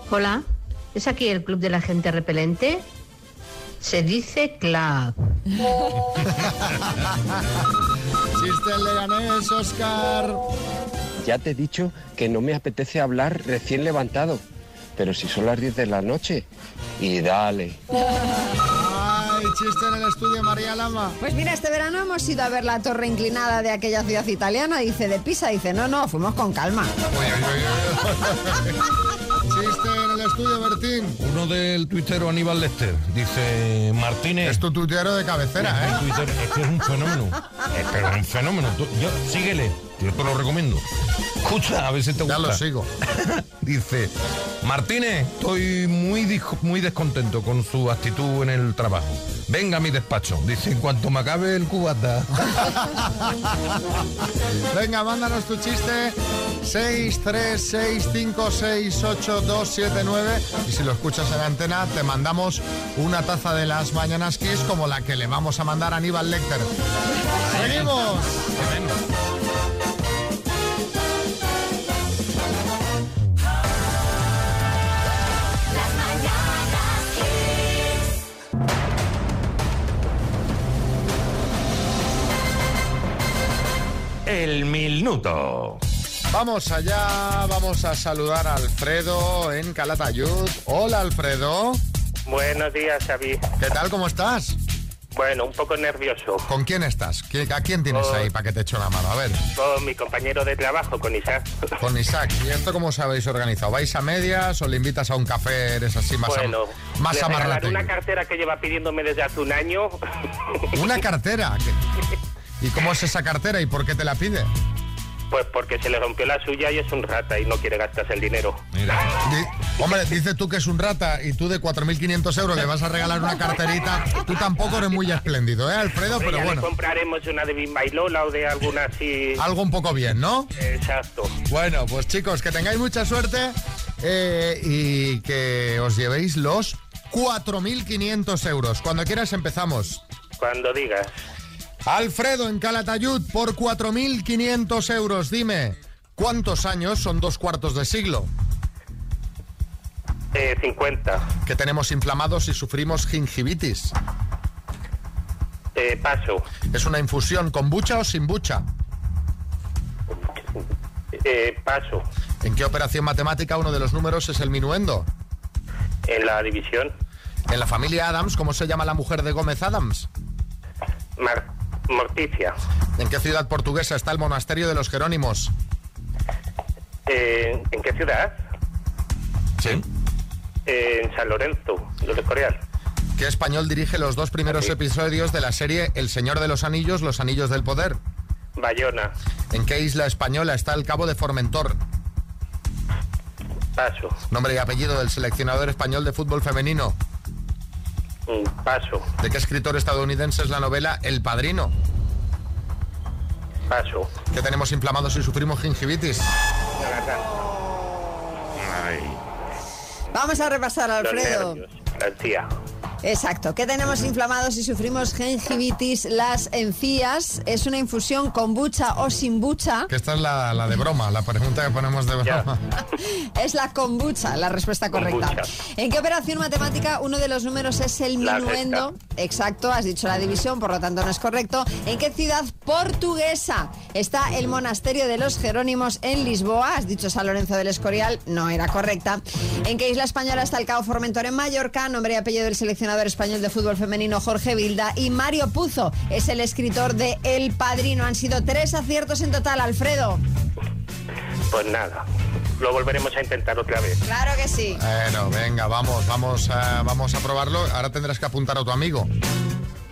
[SPEAKER 3] Hola, ¿es aquí el club de la gente repelente? Se dice club.
[SPEAKER 1] Chiste en Leganés, Oscar.
[SPEAKER 19] Ya te he dicho que no me apetece hablar recién levantado, pero si son las 10 de la noche, y dale.
[SPEAKER 1] Ay, chiste en el estudio, María Lama.
[SPEAKER 2] Pues mira, este verano hemos ido a ver la torre inclinada de aquella ciudad italiana, dice de Pisa, dice, no, no, fuimos con calma.
[SPEAKER 1] Chiste en el estudio, Bertín.
[SPEAKER 5] Uno del tuitero Aníbal Lester dice Martínez. Es
[SPEAKER 1] tu tuitero de cabecera,
[SPEAKER 5] ¿eh? es que es un fenómeno. Es, pero es un fenómeno. Tú- yo, síguele. Yo te lo recomiendo. Escucha, a ver si te gusta.
[SPEAKER 1] lo sigo.
[SPEAKER 5] dice Martínez, estoy muy, disco- muy descontento con su actitud en el trabajo. Venga a mi despacho. Dice, en cuanto me acabe el cubata.
[SPEAKER 1] Venga, mándanos tu chiste. 636568279 y si lo escuchas en antena te mandamos una taza de las mañanas Kiss como la que le vamos a mandar a Aníbal Lecter. Seguimos.
[SPEAKER 12] El minuto.
[SPEAKER 1] Vamos allá, vamos a saludar a Alfredo en Calatayud. Hola Alfredo.
[SPEAKER 22] Buenos días, Xavi.
[SPEAKER 1] ¿Qué tal? ¿Cómo estás?
[SPEAKER 22] Bueno, un poco nervioso.
[SPEAKER 1] ¿Con quién estás? ¿Qui- ¿A quién tienes ahí para que te eche una mano? A ver,
[SPEAKER 22] Con mi compañero de trabajo, con Isaac.
[SPEAKER 1] con Isaac. ¿Y esto cómo os habéis organizado? ¿Vais a medias o le invitas a un café? ¿Eres así más, am-
[SPEAKER 22] bueno,
[SPEAKER 1] más
[SPEAKER 22] le regalaré
[SPEAKER 1] amarrate?
[SPEAKER 22] una cartera que lleva pidiéndome desde hace un año.
[SPEAKER 1] Una cartera. ¿Qué- ¿Y cómo es esa cartera y por qué te la pide?
[SPEAKER 22] Pues porque se le rompió la suya y es un rata y no quiere gastarse el dinero.
[SPEAKER 1] Di- hombre, dices tú que es un rata y tú de 4.500 euros le vas a regalar una carterita. Tú tampoco eres muy espléndido, ¿eh, Alfredo?
[SPEAKER 22] Hombre,
[SPEAKER 1] Pero
[SPEAKER 22] ya le
[SPEAKER 1] bueno,
[SPEAKER 22] compraremos una de Bimba y Lola o de alguna así.
[SPEAKER 1] algo un poco bien, ¿no?
[SPEAKER 22] Exacto.
[SPEAKER 1] Bueno, pues chicos, que tengáis mucha suerte eh, y que os llevéis los 4.500 euros. Cuando quieras empezamos.
[SPEAKER 22] Cuando digas.
[SPEAKER 1] Alfredo en Calatayud, por 4.500 euros, dime, ¿cuántos años son dos cuartos de siglo?
[SPEAKER 22] Eh, 50.
[SPEAKER 1] Que tenemos inflamados y sufrimos gingivitis.
[SPEAKER 22] Eh, paso.
[SPEAKER 1] ¿Es una infusión con bucha o sin bucha?
[SPEAKER 22] Eh, paso.
[SPEAKER 1] ¿En qué operación matemática uno de los números es el minuendo?
[SPEAKER 22] En la división.
[SPEAKER 1] En la familia Adams, ¿cómo se llama la mujer de Gómez Adams?
[SPEAKER 22] Mar- Morticia.
[SPEAKER 1] ¿En qué ciudad portuguesa está el monasterio de los Jerónimos?
[SPEAKER 22] Eh, ¿En qué ciudad?
[SPEAKER 1] Sí.
[SPEAKER 22] Eh, en San Lorenzo, de Coreal.
[SPEAKER 1] ¿Qué español dirige los dos primeros episodios de la serie El Señor de los Anillos, Los Anillos del Poder?
[SPEAKER 22] Bayona.
[SPEAKER 1] ¿En qué isla española está el Cabo de Formentor?
[SPEAKER 22] Paso.
[SPEAKER 1] Nombre y apellido del seleccionador español de fútbol femenino.
[SPEAKER 22] Mm, Paso.
[SPEAKER 1] ¿De qué escritor estadounidense es la novela El Padrino?
[SPEAKER 22] Paso.
[SPEAKER 1] Que tenemos inflamados y sufrimos gingivitis.
[SPEAKER 2] Vamos a repasar, Alfredo.
[SPEAKER 22] La tía.
[SPEAKER 2] Exacto. ¿Qué tenemos inflamados y sufrimos gengivitis? Las encías. ¿Es una infusión con bucha o sin bucha?
[SPEAKER 1] Que esta es la, la de broma, la pregunta que ponemos de broma.
[SPEAKER 2] Es la kombucha la respuesta correcta.
[SPEAKER 1] Kombucha.
[SPEAKER 2] ¿En qué operación matemática uno de los números es el
[SPEAKER 1] La
[SPEAKER 2] minuendo? Exacto, has dicho la división, por lo tanto no es correcto. ¿En qué ciudad portuguesa está el monasterio de los Jerónimos en Lisboa? Has dicho San Lorenzo del Escorial, no era correcta. ¿En qué isla española está el Cabo Formentor en Mallorca? Nombre y apellido del seleccionador entrenador español de fútbol femenino Jorge Vilda y Mario Puzo es el escritor de El Padrino. Han sido tres aciertos en total, Alfredo.
[SPEAKER 22] Pues nada, lo volveremos a intentar otra vez.
[SPEAKER 2] Claro que sí.
[SPEAKER 1] Bueno, venga, vamos, vamos a, vamos a probarlo. Ahora tendrás que apuntar a tu amigo.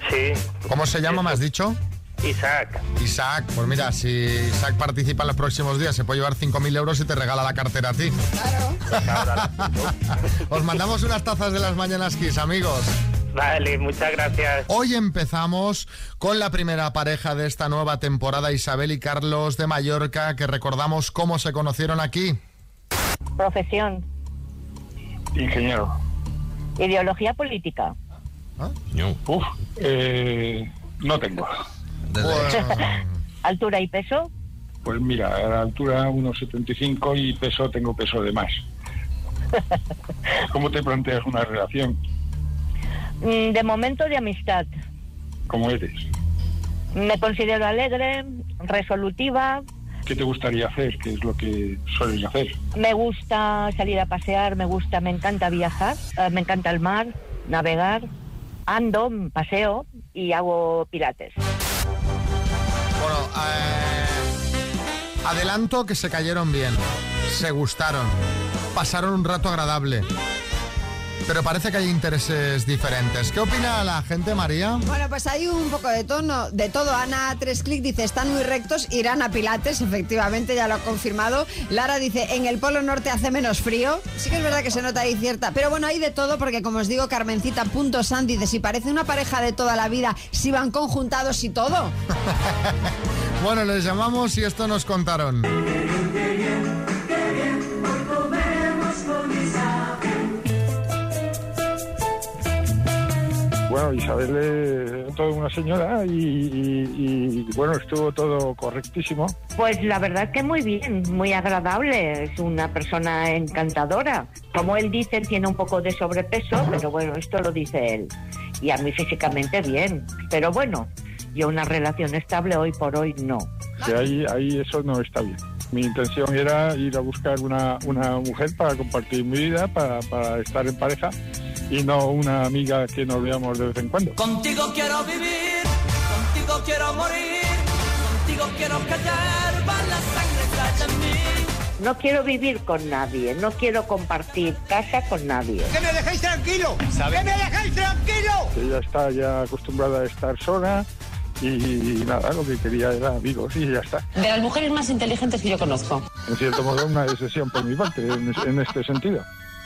[SPEAKER 22] Sí.
[SPEAKER 1] ¿Cómo se llama, me has dicho?
[SPEAKER 22] Isaac.
[SPEAKER 1] Isaac, pues mira, si Isaac participa en los próximos días, se puede llevar 5.000 euros y te regala la cartera a ti.
[SPEAKER 22] Ahora,
[SPEAKER 1] Os mandamos unas tazas de las mañanas Kiss, amigos.
[SPEAKER 22] vale, muchas gracias.
[SPEAKER 1] Hoy empezamos con la primera pareja de esta nueva temporada, Isabel y Carlos de Mallorca, que recordamos cómo se conocieron aquí.
[SPEAKER 3] Profesión.
[SPEAKER 23] Ingeniero.
[SPEAKER 3] Ideología política.
[SPEAKER 23] Uf, eh, no tengo.
[SPEAKER 3] Altura y peso.
[SPEAKER 23] Pues mira, a la altura 1,75 y peso tengo peso de más. ¿Cómo te planteas una relación?
[SPEAKER 3] Mm, De momento de amistad.
[SPEAKER 23] ¿Cómo eres?
[SPEAKER 3] Me considero alegre, resolutiva.
[SPEAKER 23] ¿Qué te gustaría hacer? ¿Qué es lo que sueles hacer?
[SPEAKER 3] Me gusta salir a pasear, me gusta, me encanta viajar, eh, me encanta el mar, navegar. Ando, paseo y hago pilates.
[SPEAKER 1] Bueno, eh, adelanto que se cayeron bien, se gustaron, pasaron un rato agradable. Pero parece que hay intereses diferentes. ¿Qué opina la gente, María?
[SPEAKER 2] Bueno, pues hay un poco de tono, de todo. Ana Tres Clic dice, están muy rectos, irán a Pilates, efectivamente, ya lo ha confirmado. Lara dice, en el Polo Norte hace menos frío. Sí que es verdad que se nota ahí cierta. Pero bueno, hay de todo, porque como os digo, Carmencita punto San dice, si parece una pareja de toda la vida, si van conjuntados y todo.
[SPEAKER 1] Bueno, les llamamos y esto nos contaron.
[SPEAKER 23] Bueno, Isabel es toda una señora y, y- y, bueno, estuvo todo correctísimo.
[SPEAKER 3] Pues la verdad que muy bien, muy agradable, es una persona encantadora. Como él dice, él tiene un poco de sobrepeso, pero bueno, esto lo dice él. Y a mí físicamente bien, pero bueno, yo una relación estable hoy por hoy no.
[SPEAKER 23] Que ahí, ahí eso no está bien. Mi intención era ir a buscar una, una mujer para compartir mi vida, para, para estar en pareja y no una amiga que nos veamos de vez en cuando.
[SPEAKER 24] Contigo quiero vivir, contigo quiero morir, contigo quiero callar, va la sangre estalla en mí.
[SPEAKER 3] No quiero vivir con nadie, no quiero compartir casa con nadie.
[SPEAKER 23] ¡Que me dejéis tranquilo! ¡Que me dejéis tranquilo! Ella está ya acostumbrada a estar sola y nada, lo que quería era amigos y ya está.
[SPEAKER 25] De las mujeres más inteligentes que yo conozco.
[SPEAKER 23] En cierto modo, una decepción por mi parte en, es- en este sentido.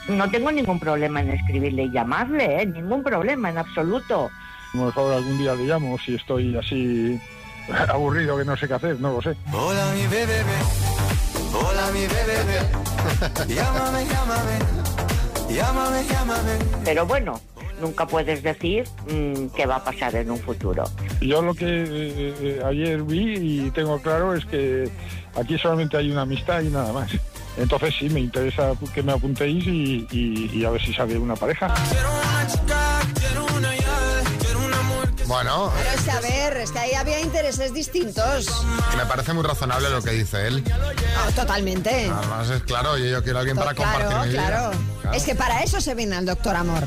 [SPEAKER 3] No tengo ningún problema en escribirle y llamarle, ¿eh? ningún problema en absoluto.
[SPEAKER 23] A lo mejor algún día le llamo si estoy así aburrido que no sé qué hacer, no lo sé.
[SPEAKER 24] Hola mi bebé, hola mi bebé, llámame, llámame, llámame, llámame.
[SPEAKER 3] Pero bueno, nunca puedes decir mm, qué va a pasar en un futuro.
[SPEAKER 23] Yo lo que eh, eh, ayer vi y tengo claro es que aquí solamente hay una amistad y nada más. Entonces sí, me interesa que me apuntéis y, y- y a ver si sale una pareja.
[SPEAKER 1] Bueno,
[SPEAKER 2] Pero es que, a ver, es que ahí había intereses distintos.
[SPEAKER 1] me parece muy razonable lo que dice él.
[SPEAKER 2] Ah, totalmente.
[SPEAKER 1] Además es claro, yo, yo quiero a alguien para compartir
[SPEAKER 2] Claro,
[SPEAKER 1] mi vida.
[SPEAKER 2] claro. Es que para eso se viene al doctor amor.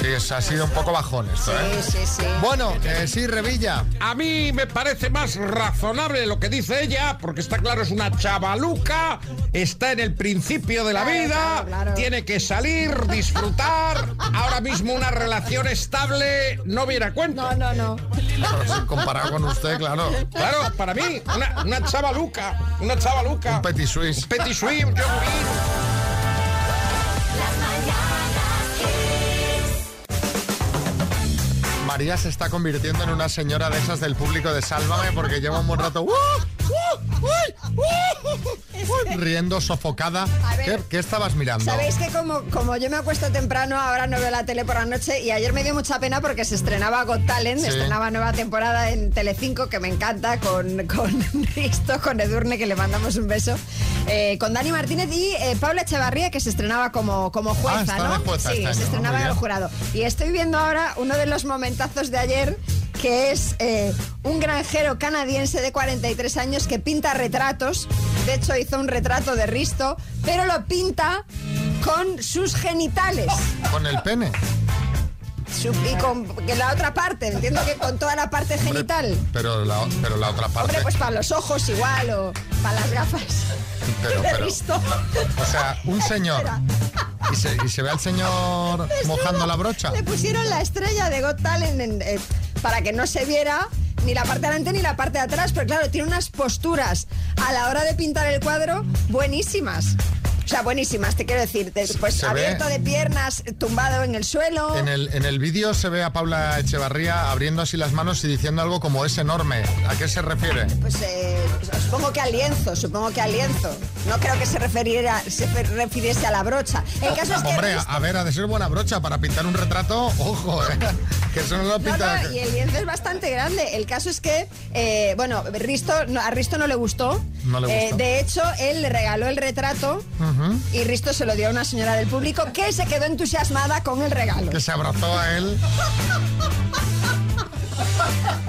[SPEAKER 1] Sí, es- ha sido un poco bajón esto, ¿eh?
[SPEAKER 2] Sí, sí.
[SPEAKER 1] Bueno, eh, sí, Revilla.
[SPEAKER 5] A mí me parece más razonable lo que dice ella, porque está claro, es una chavaluca, está en el principio de la
[SPEAKER 2] Claro,
[SPEAKER 5] vida,
[SPEAKER 2] claro, claro.
[SPEAKER 5] tiene que salir, disfrutar. Ahora mismo una relación estable no viene a cuenta.
[SPEAKER 2] No, no, no.
[SPEAKER 1] comparado con usted, claro.
[SPEAKER 5] Claro, para mí, una, una chavaluca, una chavaluca. Un
[SPEAKER 1] petit suisse.
[SPEAKER 5] petit suisse, yo
[SPEAKER 1] María se está convirtiendo en una señora de esas del público de Sálvame porque lleva un buen rato ¡uh! ¡uh! ¡uy! ¡uh! ¡uy! riendo, sofocada.
[SPEAKER 2] A ver.
[SPEAKER 1] ¿Qué, qué estabas mirando?
[SPEAKER 2] Sabéis que como, como yo me acuesto temprano, ahora no veo la tele por la noche y ayer me dio mucha pena porque se estrenaba Got Talent,
[SPEAKER 1] Sí.
[SPEAKER 2] estrenaba nueva temporada en Telecinco que me encanta con, con Risto, con Edurne que le mandamos un beso, eh, con Dani Martínez y eh, Paula Echevarría que se estrenaba como, como
[SPEAKER 1] Ah,
[SPEAKER 2] jueza,
[SPEAKER 1] estaba
[SPEAKER 2] ¿no?
[SPEAKER 1] de jueza
[SPEAKER 2] sí,
[SPEAKER 1] este año,
[SPEAKER 2] se
[SPEAKER 1] ¿no?
[SPEAKER 2] estrenaba
[SPEAKER 1] Muy
[SPEAKER 2] en el
[SPEAKER 1] bien.
[SPEAKER 2] jurado. Y estoy viendo ahora uno de los momentazos de ayer que es eh, un granjero canadiense de 43 años que pinta retratos. De hecho, hizo un retrato de Risto, pero lo pinta con sus genitales.
[SPEAKER 1] Con el pene.
[SPEAKER 2] Y con que la otra parte, entiendo que con toda la parte genital.
[SPEAKER 1] Pero la, pero la otra parte.
[SPEAKER 2] Hombre, pues para los ojos igual o para las gafas.
[SPEAKER 1] pero,
[SPEAKER 2] He
[SPEAKER 1] pero-
[SPEAKER 2] visto.
[SPEAKER 1] O sea, un señor. Y se, y se ve al señor mojando la brocha.
[SPEAKER 2] Le pusieron la estrella de Got Talent en- eh, para que no se viera ni la parte de delante ni la parte de atrás, pero claro, tiene unas posturas a la hora de pintar el cuadro buenísimas. O sea, buenísimas, te quiero decir. te- Pues
[SPEAKER 1] se ve-
[SPEAKER 2] abierto de piernas, eh, tumbado en el suelo.
[SPEAKER 1] En el, en el vídeo se ve a Paula Echevarría abriendo así las manos y diciendo algo como es enorme. ¿A qué se refiere?
[SPEAKER 2] Pues eh, supongo que al lienzo, supongo que al lienzo. No creo que se, referiera, se fe- refiriese a la brocha. El caso es que...
[SPEAKER 1] Hombre, a ver, ha de ser buena brocha para pintar un retrato. Ojo, eh, que eso no lo
[SPEAKER 2] No,
[SPEAKER 1] pinta.
[SPEAKER 2] no, y el lienzo es bastante grande. El caso es que, eh, bueno, Risto, no, a Risto no le gustó.
[SPEAKER 1] No le
[SPEAKER 2] Eh,
[SPEAKER 1] gustó.
[SPEAKER 2] de hecho, él le regaló el retrato
[SPEAKER 1] Ujú.
[SPEAKER 2] y Risto se lo dio a una señora del público que se quedó entusiasmada con el regalo.
[SPEAKER 1] Que se abrazó a él.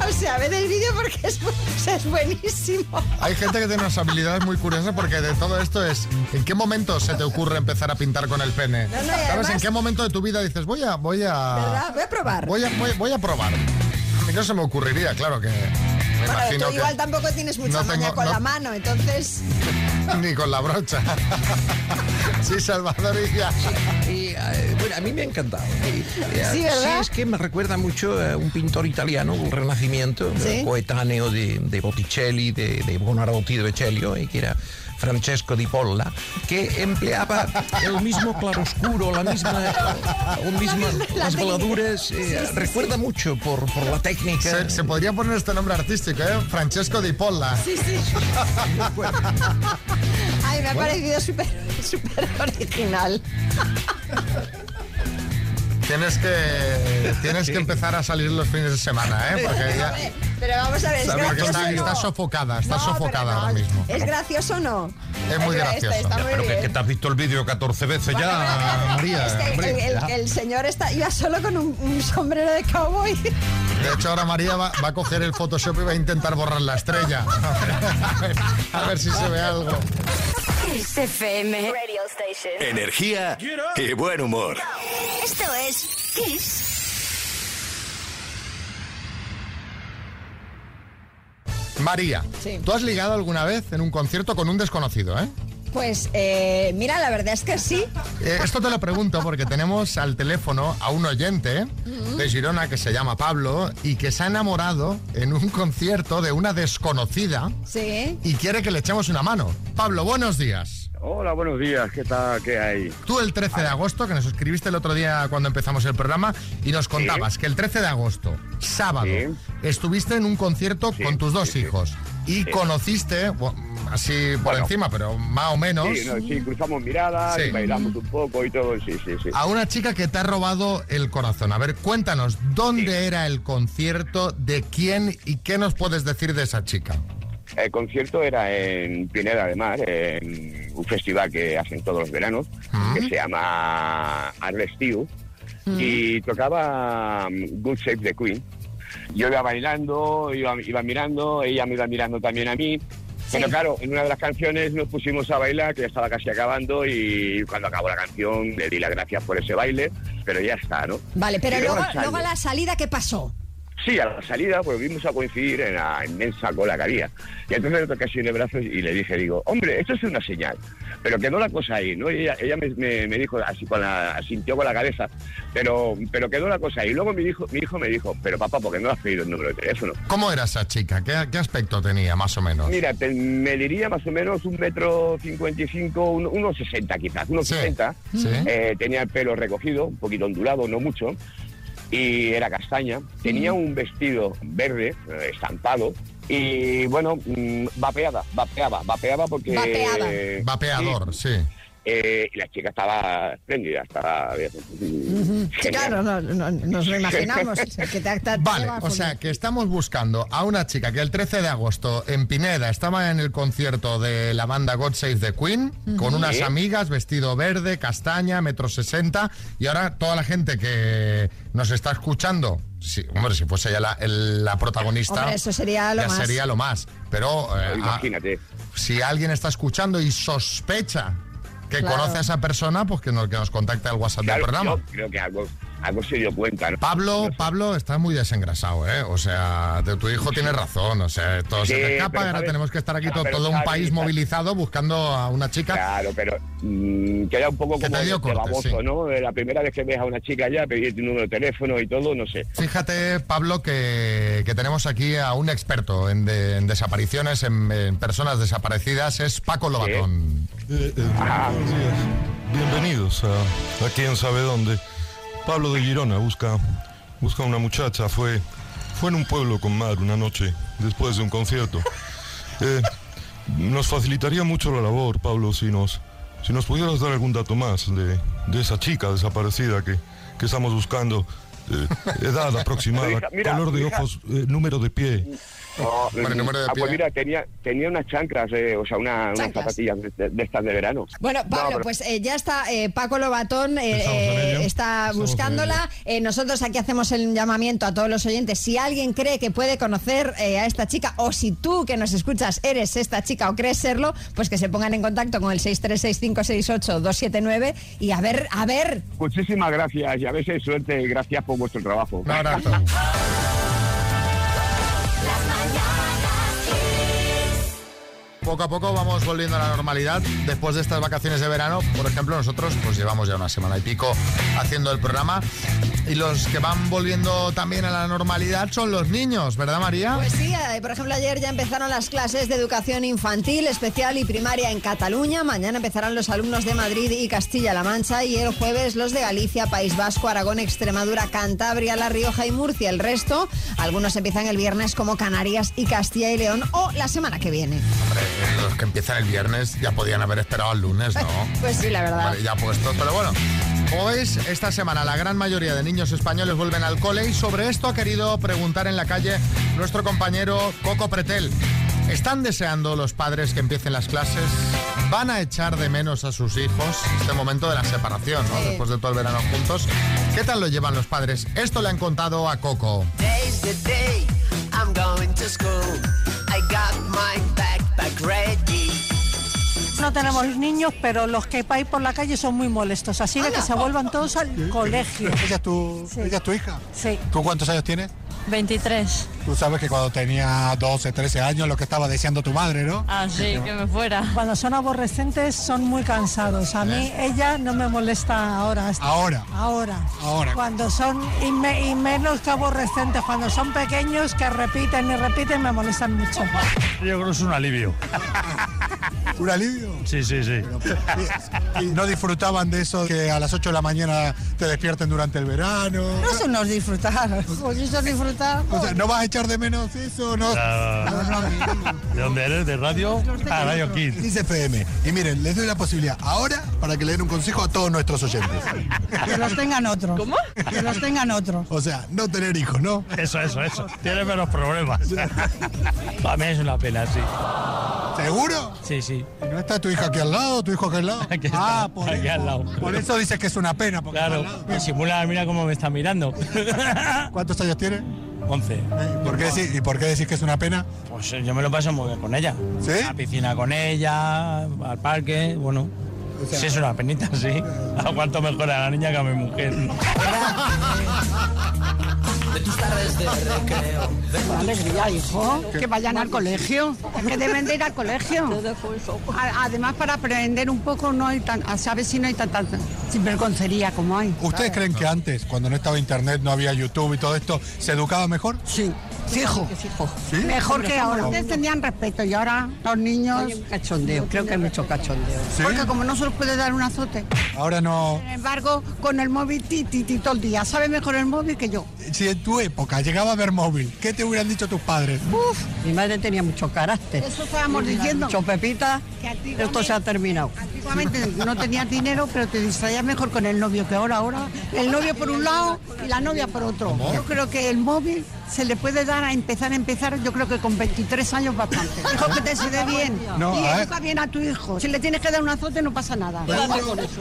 [SPEAKER 2] O sea, ved el vídeo porque es, bu- o sea, es buenísimo.
[SPEAKER 1] Hay gente que tiene unas habilidades muy curiosas porque de todo esto es, ¿en qué momento se te ocurre empezar a pintar con el pene?
[SPEAKER 2] No, no, y
[SPEAKER 1] ¿Sabes
[SPEAKER 2] además-
[SPEAKER 1] en qué momento de tu vida dices, voy a... Voy a,
[SPEAKER 2] ¿Verdad? Voy a probar.
[SPEAKER 1] voy a, voy, voy a probar? A mí no se me ocurriría, claro que... Me
[SPEAKER 2] Bueno,
[SPEAKER 1] imagino
[SPEAKER 2] tú
[SPEAKER 1] que...
[SPEAKER 2] igual tampoco tienes mucha
[SPEAKER 1] no
[SPEAKER 2] maña
[SPEAKER 1] tengo-
[SPEAKER 2] con
[SPEAKER 1] no-
[SPEAKER 2] la mano, entonces...
[SPEAKER 1] Ni con la brocha. sí, Salvador y ya.
[SPEAKER 5] bueno, a mí me ha encantado. Y, eh,
[SPEAKER 2] Sí, ¿verdad?
[SPEAKER 5] es que me recuerda mucho a un pintor italiano del Renacimiento,
[SPEAKER 2] Sí.
[SPEAKER 5] eh, coetáneo de, de Botticelli, de, de Buonarroti de Vecellio, y que era Francesco di Polla, que empleaba el mismo claroscuro, la misma, un mismo, las voladuras. eh, recuerda mucho por, por la técnica.
[SPEAKER 1] Se, se podría poner este nombre artístico, ¿eh? Francesco di Polla.
[SPEAKER 2] Sí, sí. Ay, me ha
[SPEAKER 1] Bueno.
[SPEAKER 2] parecido súper súper original.
[SPEAKER 1] Tienes que tienes que empezar a salir los fines de semana, ¿eh? Porque ya-
[SPEAKER 2] Hombre, Pero vamos a ver, es
[SPEAKER 1] porque
[SPEAKER 2] gracioso.
[SPEAKER 1] está, está sofocada, está sofocada ahora mismo.
[SPEAKER 2] ¿Es gracioso o no?
[SPEAKER 1] Es muy
[SPEAKER 2] gra-
[SPEAKER 1] gracioso.
[SPEAKER 2] Está,
[SPEAKER 1] Ya,
[SPEAKER 2] está muy
[SPEAKER 9] Pero que,
[SPEAKER 2] bien.
[SPEAKER 9] que te has visto el vídeo 14 veces
[SPEAKER 2] Bueno,
[SPEAKER 9] ya, María.
[SPEAKER 2] Es que
[SPEAKER 9] hombre,
[SPEAKER 2] Este, el, el-
[SPEAKER 9] ya.
[SPEAKER 2] el señor está, iba solo con un, un sombrero de cowboy.
[SPEAKER 1] De hecho, ahora María va, va a coger el Photoshop y va a intentar borrar la estrella. A ver, a ver si se ve algo.
[SPEAKER 6] Kiss FM Radio Station.
[SPEAKER 7] Energía y buen humor.
[SPEAKER 6] Esto es Kiss.
[SPEAKER 1] María, ¿tú has ligado alguna vez en un concierto con un desconocido, eh?
[SPEAKER 2] Pues eh, mira, la verdad es que sí.
[SPEAKER 1] Eh, esto te lo pregunto porque tenemos al teléfono a un oyente de Girona que se llama Pablo y que se ha enamorado en un concierto de una desconocida
[SPEAKER 2] Sí.
[SPEAKER 1] y quiere que le echemos una mano. Pablo, buenos días.
[SPEAKER 8] Hola, buenos días. ¿Qué tal? ¿Qué hay?
[SPEAKER 1] Tú el 13 de agosto, que nos escribiste el otro día cuando empezamos el programa, y nos contabas que el 13 de agosto, sábado, estuviste en un concierto con tus dos hijos y
[SPEAKER 8] Sí.
[SPEAKER 1] conociste, bu- así por
[SPEAKER 8] Bueno.
[SPEAKER 1] encima, pero más o menos,
[SPEAKER 8] Sí, no, sí, cruzamos miradas,
[SPEAKER 1] Sí.
[SPEAKER 8] bailamos un poco y todo. Sí, sí, sí.
[SPEAKER 1] a una chica que te ha robado el corazón. A ver, cuéntanos, ¿dónde era el concierto, de quién y qué nos puedes decir de esa chica?
[SPEAKER 8] El concierto era en Pineda de Mar, en un festival que hacen todos los veranos, que se llama Arles Tiu, y tocaba mm, Good Shape the Queen. Yo iba bailando, iba, iba mirando, ella me iba mirando también a mí. Pero claro, en una de las canciones nos pusimos a bailar, que ya estaba casi acabando, y cuando acabó la canción le di las gracias por ese baile, pero ya está, ¿no?
[SPEAKER 2] Vale, pero
[SPEAKER 8] Y
[SPEAKER 2] luego,
[SPEAKER 8] al
[SPEAKER 2] luego a la salida, ¿qué pasó?
[SPEAKER 8] Sí, a la salida volvimos a coincidir en la inmensa cola que había. Y entonces le toqué así en el brazo y le dije, digo, hombre, esto es una señal. Pero quedó la cosa ahí, ¿no? Y ella, ella me, me- me dijo, así con la, asintió con la cabeza, pero, pero quedó la cosa ahí. Luego mi hijo, mi hijo me dijo, pero papá, ¿por qué no has pedido el número de teléfono?
[SPEAKER 1] ¿Cómo era esa chica? ¿Qué, qué aspecto tenía, más o menos?
[SPEAKER 8] Mira, te- me diría más o menos un metro cincuenta y cinco, un- unos sesenta quizás, unos sesenta.
[SPEAKER 1] sí.
[SPEAKER 8] Eh, tenía el pelo recogido, un poquito ondulado, no mucho, y era castaña. Tenía un vestido verde, eh, estampado, y bueno, mm, vapeada, vapeaba, vapeaba porque...
[SPEAKER 1] Vapeada. Vapeador, sí.
[SPEAKER 8] Eh, y la chica estaba espléndida, estaba...
[SPEAKER 2] Sí, claro, no, no- nos lo imaginamos. O sea, que te- te- te
[SPEAKER 1] Vale,
[SPEAKER 2] lleva a
[SPEAKER 1] o sea que estamos buscando a una chica que el 13 de agosto en Pineda estaba en el concierto de la banda God Save the Queen con
[SPEAKER 8] Ujú.
[SPEAKER 1] unas
[SPEAKER 8] Sí.
[SPEAKER 1] amigas, vestido verde, castaña, metro 60 y ahora toda la gente que nos está escuchando, sí, hombre, si fuese ella la, el- la protagonista,
[SPEAKER 2] Hombre, eso sería lo
[SPEAKER 1] ya
[SPEAKER 2] más.
[SPEAKER 1] sería lo más. Pero eh, a- si alguien está escuchando y sospecha que
[SPEAKER 8] Claro.
[SPEAKER 1] conoce a esa persona, pues que nos, que nos contacte al WhatsApp del
[SPEAKER 8] Claro,
[SPEAKER 1] programa.
[SPEAKER 8] yo creo que algo, algo se dio cuenta, ¿no?
[SPEAKER 1] Pablo, Pablo está muy desengrasado, ¿eh? O sea, de tu hijo tiene razón, o sea, todo se
[SPEAKER 8] Sí,
[SPEAKER 1] te escapa,
[SPEAKER 8] pero
[SPEAKER 1] ahora
[SPEAKER 8] sabes-
[SPEAKER 1] tenemos que estar aquí
[SPEAKER 8] Ah,
[SPEAKER 1] to- todo,
[SPEAKER 8] pero
[SPEAKER 1] un
[SPEAKER 8] sabes-
[SPEAKER 1] país movilizado buscando a una chica.
[SPEAKER 8] Claro, pero mm, queda un poco
[SPEAKER 1] Que
[SPEAKER 8] como
[SPEAKER 1] te dio
[SPEAKER 8] de
[SPEAKER 1] corte,
[SPEAKER 8] baboso,
[SPEAKER 1] sí.
[SPEAKER 8] ¿no? Eh, La primera vez que ves a una chica ya, pedir tu número de teléfono y todo, no sé.
[SPEAKER 1] Fíjate, Pablo, que, que tenemos aquí a un experto en, de- en desapariciones, en, en personas desaparecidas, es Paco Lobatón.
[SPEAKER 10] Eh, eh, buenos días. Bienvenidos a, a quién sabe dónde. Pablo de Girona busca, busca una muchacha. Fue, fue en un pueblo con mar una noche, después de un concierto. Eh, nos facilitaría mucho la labor, Pablo, si nos, si nos pudieras dar algún dato más de, de esa chica desaparecida que, que estamos buscando. Eh, edad aproximada,
[SPEAKER 8] Mira, mira,
[SPEAKER 10] color de
[SPEAKER 8] mira.
[SPEAKER 10] ojos, eh, número de pie.
[SPEAKER 8] No, mm, ah, pues
[SPEAKER 10] pie.
[SPEAKER 8] mira, tenía, tenía unas chanclas, eh, o sea, una- unas
[SPEAKER 2] Chanclas.
[SPEAKER 8] zapatillas de, de- de estas de verano.
[SPEAKER 2] Bueno,
[SPEAKER 8] No,
[SPEAKER 2] Pablo,
[SPEAKER 8] pero-
[SPEAKER 2] pues eh, ya está eh, Paco Lobatón eh,
[SPEAKER 8] Estamos en
[SPEAKER 2] eh,
[SPEAKER 8] ello.
[SPEAKER 2] está
[SPEAKER 8] Estamos en
[SPEAKER 2] buscándola. Eh, nosotros aquí hacemos el llamamiento a todos los oyentes. Si alguien cree que puede conocer eh, a esta chica, o si tú que nos escuchas eres esta chica o crees serlo, pues que se pongan en contacto con el 636568279 y a ver, a ver.
[SPEAKER 8] Muchísimas gracias y a veces suerte. Gracias por vuestro trabajo.
[SPEAKER 1] Un abrazo. Poco a poco vamos volviendo a la normalidad. Después de estas vacaciones de verano, por ejemplo, nosotros pues llevamos ya una semana y pico haciendo el programa. Y los que van volviendo también a la normalidad son los niños, ¿verdad María?
[SPEAKER 2] Pues sí, eh, por ejemplo, ayer ya empezaron las clases de educación infantil, especial y primaria en Cataluña. Mañana empezarán los alumnos de Madrid y Castilla-La Mancha. Y el jueves los de Galicia, País Vasco, Aragón, Extremadura, Cantabria, La Rioja y Murcia. El resto, algunos empiezan el viernes como Canarias y Castilla y León o la semana que viene.
[SPEAKER 1] Hombre, los Eh, que empiezan el viernes ya podían haber esperado al lunes, ¿no?
[SPEAKER 2] Pues sí, la verdad.
[SPEAKER 1] Vale, ya puestos, pero bueno. Como veis, esta semana la gran mayoría de niños españoles vuelven al cole y sobre esto ha querido preguntar en la calle nuestro compañero Coco Pretel. ¿Están deseando los padres que empiecen las clases? ¿Van a echar de menos a sus hijos? Este momento de la separación, ¿no?
[SPEAKER 11] Sí.
[SPEAKER 1] Después de todo el verano juntos. ¿Qué tal lo llevan los padres? Esto le han contado a Coco.
[SPEAKER 11] Today's the day I'm going to school. I got my backpack ready.
[SPEAKER 14] No tenemos niños, pero los que hay por la calle son muy molestos, así que que se vuelvan todos al colegio.
[SPEAKER 15] ¿Ella es, tu,
[SPEAKER 14] Sí.
[SPEAKER 15] ella es tu hija?
[SPEAKER 14] Sí.
[SPEAKER 15] ¿Tú cuántos años tienes?
[SPEAKER 14] 23.
[SPEAKER 15] Tú sabes que cuando tenía 12, 13 años lo que estaba deseando tu madre, ¿no?
[SPEAKER 14] Ah, me fuera. Cuando son aborrecentes son muy cansados. A mí ella no me molesta ahora.
[SPEAKER 15] Ahora.
[SPEAKER 14] Ahora.
[SPEAKER 15] Ahora.
[SPEAKER 14] Cuando son y, me- y menos que aborrecentes, cuando son pequeños que repiten y repiten me molestan mucho.
[SPEAKER 26] Yo creo que es un alivio.
[SPEAKER 15] ¿Un alivio?
[SPEAKER 26] Sí, sí, sí.
[SPEAKER 15] Y no disfrutaban de eso que a las 8 de la mañana te despierten durante el verano.
[SPEAKER 14] No, eso no es disfrutar. Pues eso es disfrutar.
[SPEAKER 15] O sea, ¿no vas a echar de menos eso? No.
[SPEAKER 26] No, ¿De dónde eres? ¿De radio? Ah, Radio Kids.
[SPEAKER 15] 15 FM. Y miren, les doy la posibilidad ahora para que le den un consejo a todos nuestros oyentes.
[SPEAKER 14] Que los tengan otros. ¿Cómo? Que los tengan otros.
[SPEAKER 15] O sea, no tener hijos, ¿no?
[SPEAKER 26] Eso, eso, eso. Tienes menos problemas. Para mí es una pena, sí.
[SPEAKER 15] ¿Seguro?
[SPEAKER 26] Sí, sí.
[SPEAKER 15] ¿No está tu hija aquí al lado? ¿Tu hijo aquí al lado? ah, por,
[SPEAKER 26] Aquí al lado.
[SPEAKER 15] por eso dices que es una pena. Porque
[SPEAKER 26] Claro. Disimula, mira cómo me está mirando.
[SPEAKER 15] ¿Cuántos años tiene?
[SPEAKER 26] 11.
[SPEAKER 15] ¿Por qué decí- ¿Y por qué decís que es una pena?
[SPEAKER 26] Pues eh, yo me lo paso muy bien con ella. ¿Sí? A la piscina con ella, al parque, bueno. Sí, es una penita, sí. Aguanto mejor a la niña que a mi mujer.
[SPEAKER 24] De tus tardes de recreo.
[SPEAKER 14] alegría, hijo. Que vayan al colegio. Que deben de ir al colegio. A- Además, para aprender un poco, no hay tan, a- sabes si no hay tanta sinvergoncería como hay.
[SPEAKER 15] ¿Ustedes creen que antes, cuando no estaba internet, no había YouTube y todo esto, se educaba mejor?
[SPEAKER 14] Sí. Fijo.
[SPEAKER 15] ¿Sí?
[SPEAKER 14] Mejor que ahora. Antes tenían respeto y ahora los niños.
[SPEAKER 15] Cachondeo, creo que hay mucho cachondeo.
[SPEAKER 14] Porque como no se los puede dar un azote.
[SPEAKER 15] Ahora no.
[SPEAKER 14] Sin embargo, con el móvil ti, ti, ti, todo el día. Sabe mejor el móvil que yo.
[SPEAKER 15] Si en tu época llegaba a ver móvil, ¿qué te hubieran dicho tus padres?
[SPEAKER 14] Uf, mi madre tenía mucho carácter. Eso estábamos diciendo. Mucho pepita. Esto se ha terminado. Antiguamente no tenías dinero, pero te distraías mejor con el novio que ahora. Ahora el novio por un lado y la novia por otro. Yo creo que el móvil se le puede dar a empezar a empezar. Yo creo que con 23 años bastante. Hijo, que te se dé bien.
[SPEAKER 15] No,
[SPEAKER 14] y
[SPEAKER 15] a ver.
[SPEAKER 14] educa bien a tu hijo. Si le tienes que dar un azote no pasa nada.
[SPEAKER 15] Pero-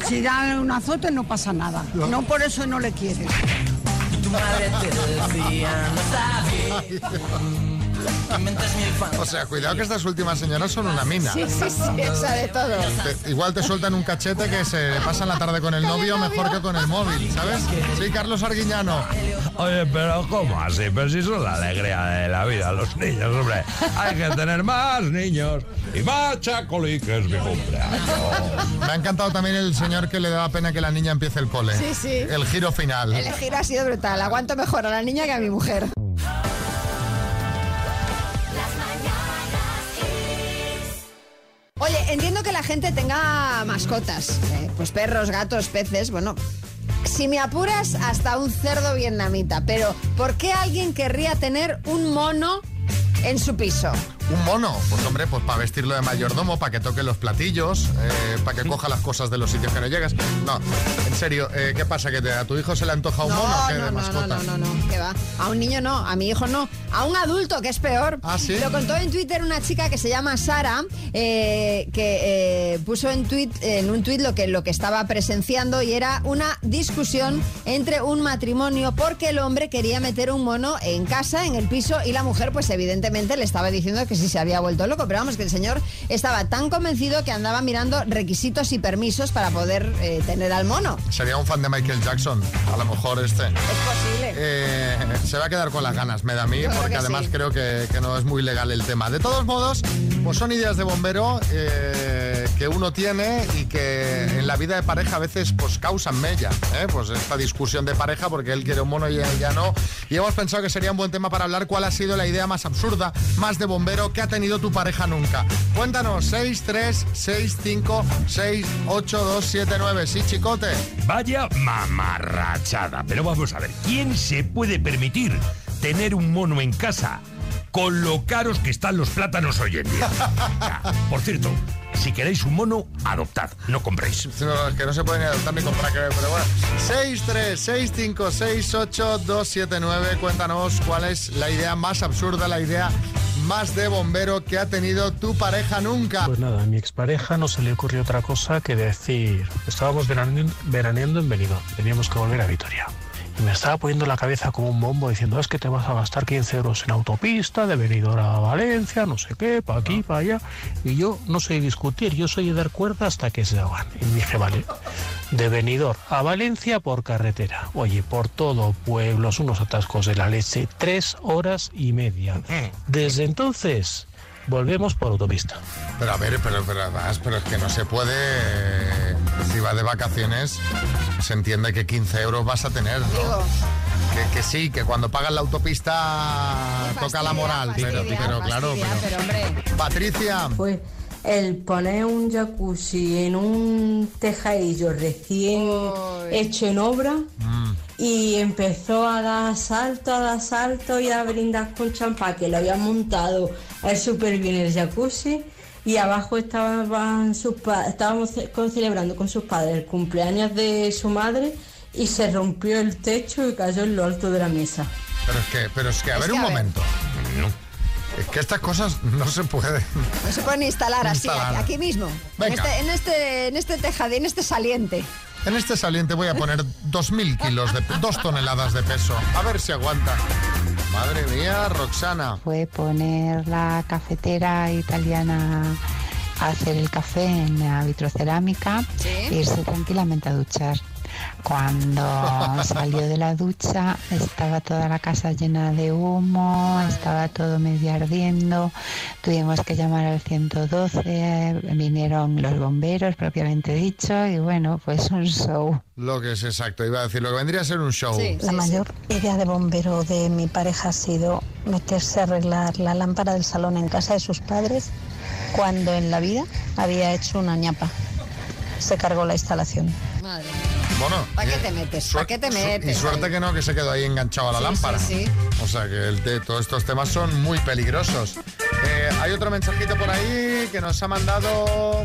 [SPEAKER 14] Si da un azote no pasa nada.
[SPEAKER 15] No.
[SPEAKER 14] No por eso no le quieres.
[SPEAKER 24] Tu madre te decía, no sabes.
[SPEAKER 1] O sea, cuidado que estas últimas señoras son una mina.
[SPEAKER 2] Sí, sí, sí, esa de todo.
[SPEAKER 1] Te- igual te sueltan un cachete que se pasan la tarde con el novio mejor que con el móvil, ¿sabes? Sí, Carlos Arguiñano.
[SPEAKER 12] Oye, pero ¿cómo así? Pero si son la alegría de la vida, los niños, hombre. Hay que tener más niños y más chacolí, que es mi cumpleaños.
[SPEAKER 1] Me ha encantado también el señor que le daba pena que la niña empiece el cole.
[SPEAKER 2] Sí, sí.
[SPEAKER 1] El giro final.
[SPEAKER 2] El giro ha sido brutal. Aguanto mejor a la niña que a mi mujer. Oye, entiendo que la gente tenga mascotas, eh, pues perros, gatos, peces, bueno. Si me apuras, hasta un cerdo vietnamita. Pero, ¿por qué alguien querría tener un mono en su piso?
[SPEAKER 1] Un mono, pues hombre, pues para vestirlo de mayordomo, para que toque los platillos, eh, para que coja las cosas de los sitios que no llegas. No, en serio, eh, ¿qué pasa? ¿Que te- a tu hijo se le antoja un mono o qué de mascota?
[SPEAKER 2] No, no, no, no, que va. A un niño no, a mi hijo no. A un adulto, que es peor. Lo contó en Twitter una chica que se llama Sara, eh, que eh, puso en, tweet, en un tuit lo que, lo que estaba presenciando y era una discusión entre un matrimonio porque el hombre quería meter un mono en casa, en el piso, y la mujer, pues evidentemente le estaba diciendo que sí se había vuelto loco. Pero vamos, que el señor estaba tan convencido que andaba mirando requisitos y permisos para poder eh, tener al mono.
[SPEAKER 1] Sería un fan de Michael Jackson, a lo mejor este. Es posible. se va a quedar con las ganas, me da a mí,
[SPEAKER 2] Yo creo
[SPEAKER 1] porque
[SPEAKER 2] que
[SPEAKER 1] además
[SPEAKER 2] sí.
[SPEAKER 1] creo que, que no es muy legal el tema. De todos modos, pues son ideas de bombero eh, que uno tiene y que en la vida de pareja a veces pues causan mella, ¿eh? pues esta discusión de pareja porque él quiere un mono y ella no. Y hemos pensado que sería un buen tema para hablar cuál ha sido la idea más absurda, más de bombero que ha tenido tu pareja nunca. Cuéntanos, 6, 3, 6, 5, 6, 8, 2, 7, 9. Sí, chicote.
[SPEAKER 12] Vaya mamarrachada. Pero vamos a ver, ¿quién se puede permitir tener un mono en casa con lo caros que están los plátanos hoy en día? Ya, Por cierto, si queréis un mono, adoptad, no compréis.
[SPEAKER 1] No, es que no se pueden adoptar ni comprar, creo, pero bueno. 636568279. Cuéntanos cuál es la idea más absurda, la idea más de bombero que ha tenido tu pareja nunca.
[SPEAKER 13] Pues nada, a mi expareja no se le ocurrió otra cosa que decir, estábamos veraneando, veraneando en Benidorm, teníamos que volver a Vitoria. Y me estaba poniendo la cabeza como un bombo diciendo, es que te vas a gastar 15 euros en autopista, de Benidorm a Valencia, no sé qué, para aquí, para allá. Y yo no sé discutir, yo soy de dar cuerda hasta que se hagan. Y dije, vale, de Benidorm a Valencia por carretera. Oye, por todo pueblos, unos atascos de la leche, tres horas y media. Desde entonces, volvemos por autopista.
[SPEAKER 1] Pero a ver, pero, pero, además, pero es que no se puede. eh, Si vas de vacaciones, se entiende que 15 euros vas a tener, ¿no? Que, que sí, que cuando pagas la autopista toca la moral, pero, pero claro, pero- Patricia.
[SPEAKER 16] Pues el poner un jacuzzi en un tejadillo recién hecho en obra
[SPEAKER 5] Mm,
[SPEAKER 16] y empezó a dar salto, a dar salto y a brindar con champán, que lo había montado eh, súper bien el jacuzzi. Y abajo estaban sus pa- estábamos ce- con- celebrando con sus padres el cumpleaños de su madre y se rompió el techo y cayó en lo alto de la mesa.
[SPEAKER 1] Pero es que, pero es que, a
[SPEAKER 16] Es
[SPEAKER 1] ver
[SPEAKER 16] que,
[SPEAKER 1] un
[SPEAKER 16] a ver.
[SPEAKER 1] momento. Es que estas cosas no se pueden.
[SPEAKER 2] No se pueden instalar así,
[SPEAKER 1] Instalar.
[SPEAKER 2] aquí mismo. En
[SPEAKER 1] Venga.
[SPEAKER 2] este, en, este, en este tejado, en este saliente.
[SPEAKER 1] En este saliente voy a poner 2.000 kilos, de, 2 toneladas de peso. A ver si aguanta. Madre mía, Roxana.
[SPEAKER 17] Fue poner la cafetera italiana a hacer el café en la vitrocerámica e irse tranquilamente a duchar. Cuando salió de la ducha estaba toda la casa llena de humo, estaba todo medio ardiendo, tuvimos que llamar al 112, vinieron los bomberos propiamente dicho y bueno, pues un show.
[SPEAKER 1] Lo que es exacto, iba a decir, lo que vendría a ser un show.
[SPEAKER 17] La mayor
[SPEAKER 18] idea de bombero de mi pareja ha sido meterse a arreglar la lámpara del salón en casa de sus padres cuando en la vida había hecho una ñapa. Se cargó la instalación.
[SPEAKER 2] Madre.
[SPEAKER 1] Bueno, eh,
[SPEAKER 2] ¿Para qué te metes? ¿Para qué te
[SPEAKER 1] su-
[SPEAKER 2] metes?
[SPEAKER 1] y suerte que no, que se quedó ahí enganchado a la
[SPEAKER 2] Sí,
[SPEAKER 1] lámpara.
[SPEAKER 2] sí, sí.
[SPEAKER 1] O sea que el te- todos estos temas son muy peligrosos. Eh, hay otro mensajito por ahí que nos ha mandado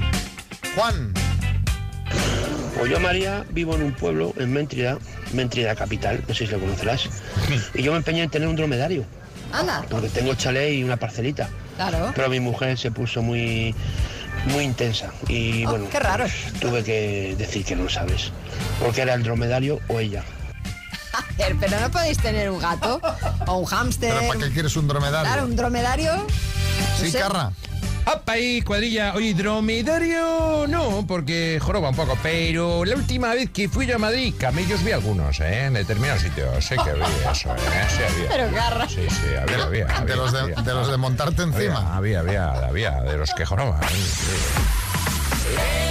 [SPEAKER 1] Juan.
[SPEAKER 19] Pues yo, María, vivo en un pueblo, en Mentrida, Mentrida capital, no sé si lo conocerás, y yo me empeñé en tener un dromedario,
[SPEAKER 2] Anda,
[SPEAKER 19] porque tengo chalet y una parcelita,
[SPEAKER 2] claro.
[SPEAKER 19] pero mi mujer se puso muy, muy intensa, y
[SPEAKER 2] Oh,
[SPEAKER 19] bueno,
[SPEAKER 2] qué raro.
[SPEAKER 19] pues, tuve que decir que no sabes, porque era el dromedario o ella.
[SPEAKER 2] A ver, pero no podéis tener un gato o un hámster.
[SPEAKER 1] ¿Pero para qué quieres un dromedario?
[SPEAKER 2] Claro, un dromedario.
[SPEAKER 1] Sí, Carra.
[SPEAKER 5] ¡Apa ahí, cuadrilla! Oye, dromedario no, porque joroba un poco, pero la última vez que fui yo a Madrid, camellos vi algunos, ¿eh? En determinados sitios, sé que había eso, ¿eh? Sí, había.
[SPEAKER 2] Pero Carra.
[SPEAKER 5] Sí, sí, había, había.
[SPEAKER 1] De los de, de los de montarte encima.
[SPEAKER 5] Había, había, había, había, de los que joroban. ¿eh? Sí.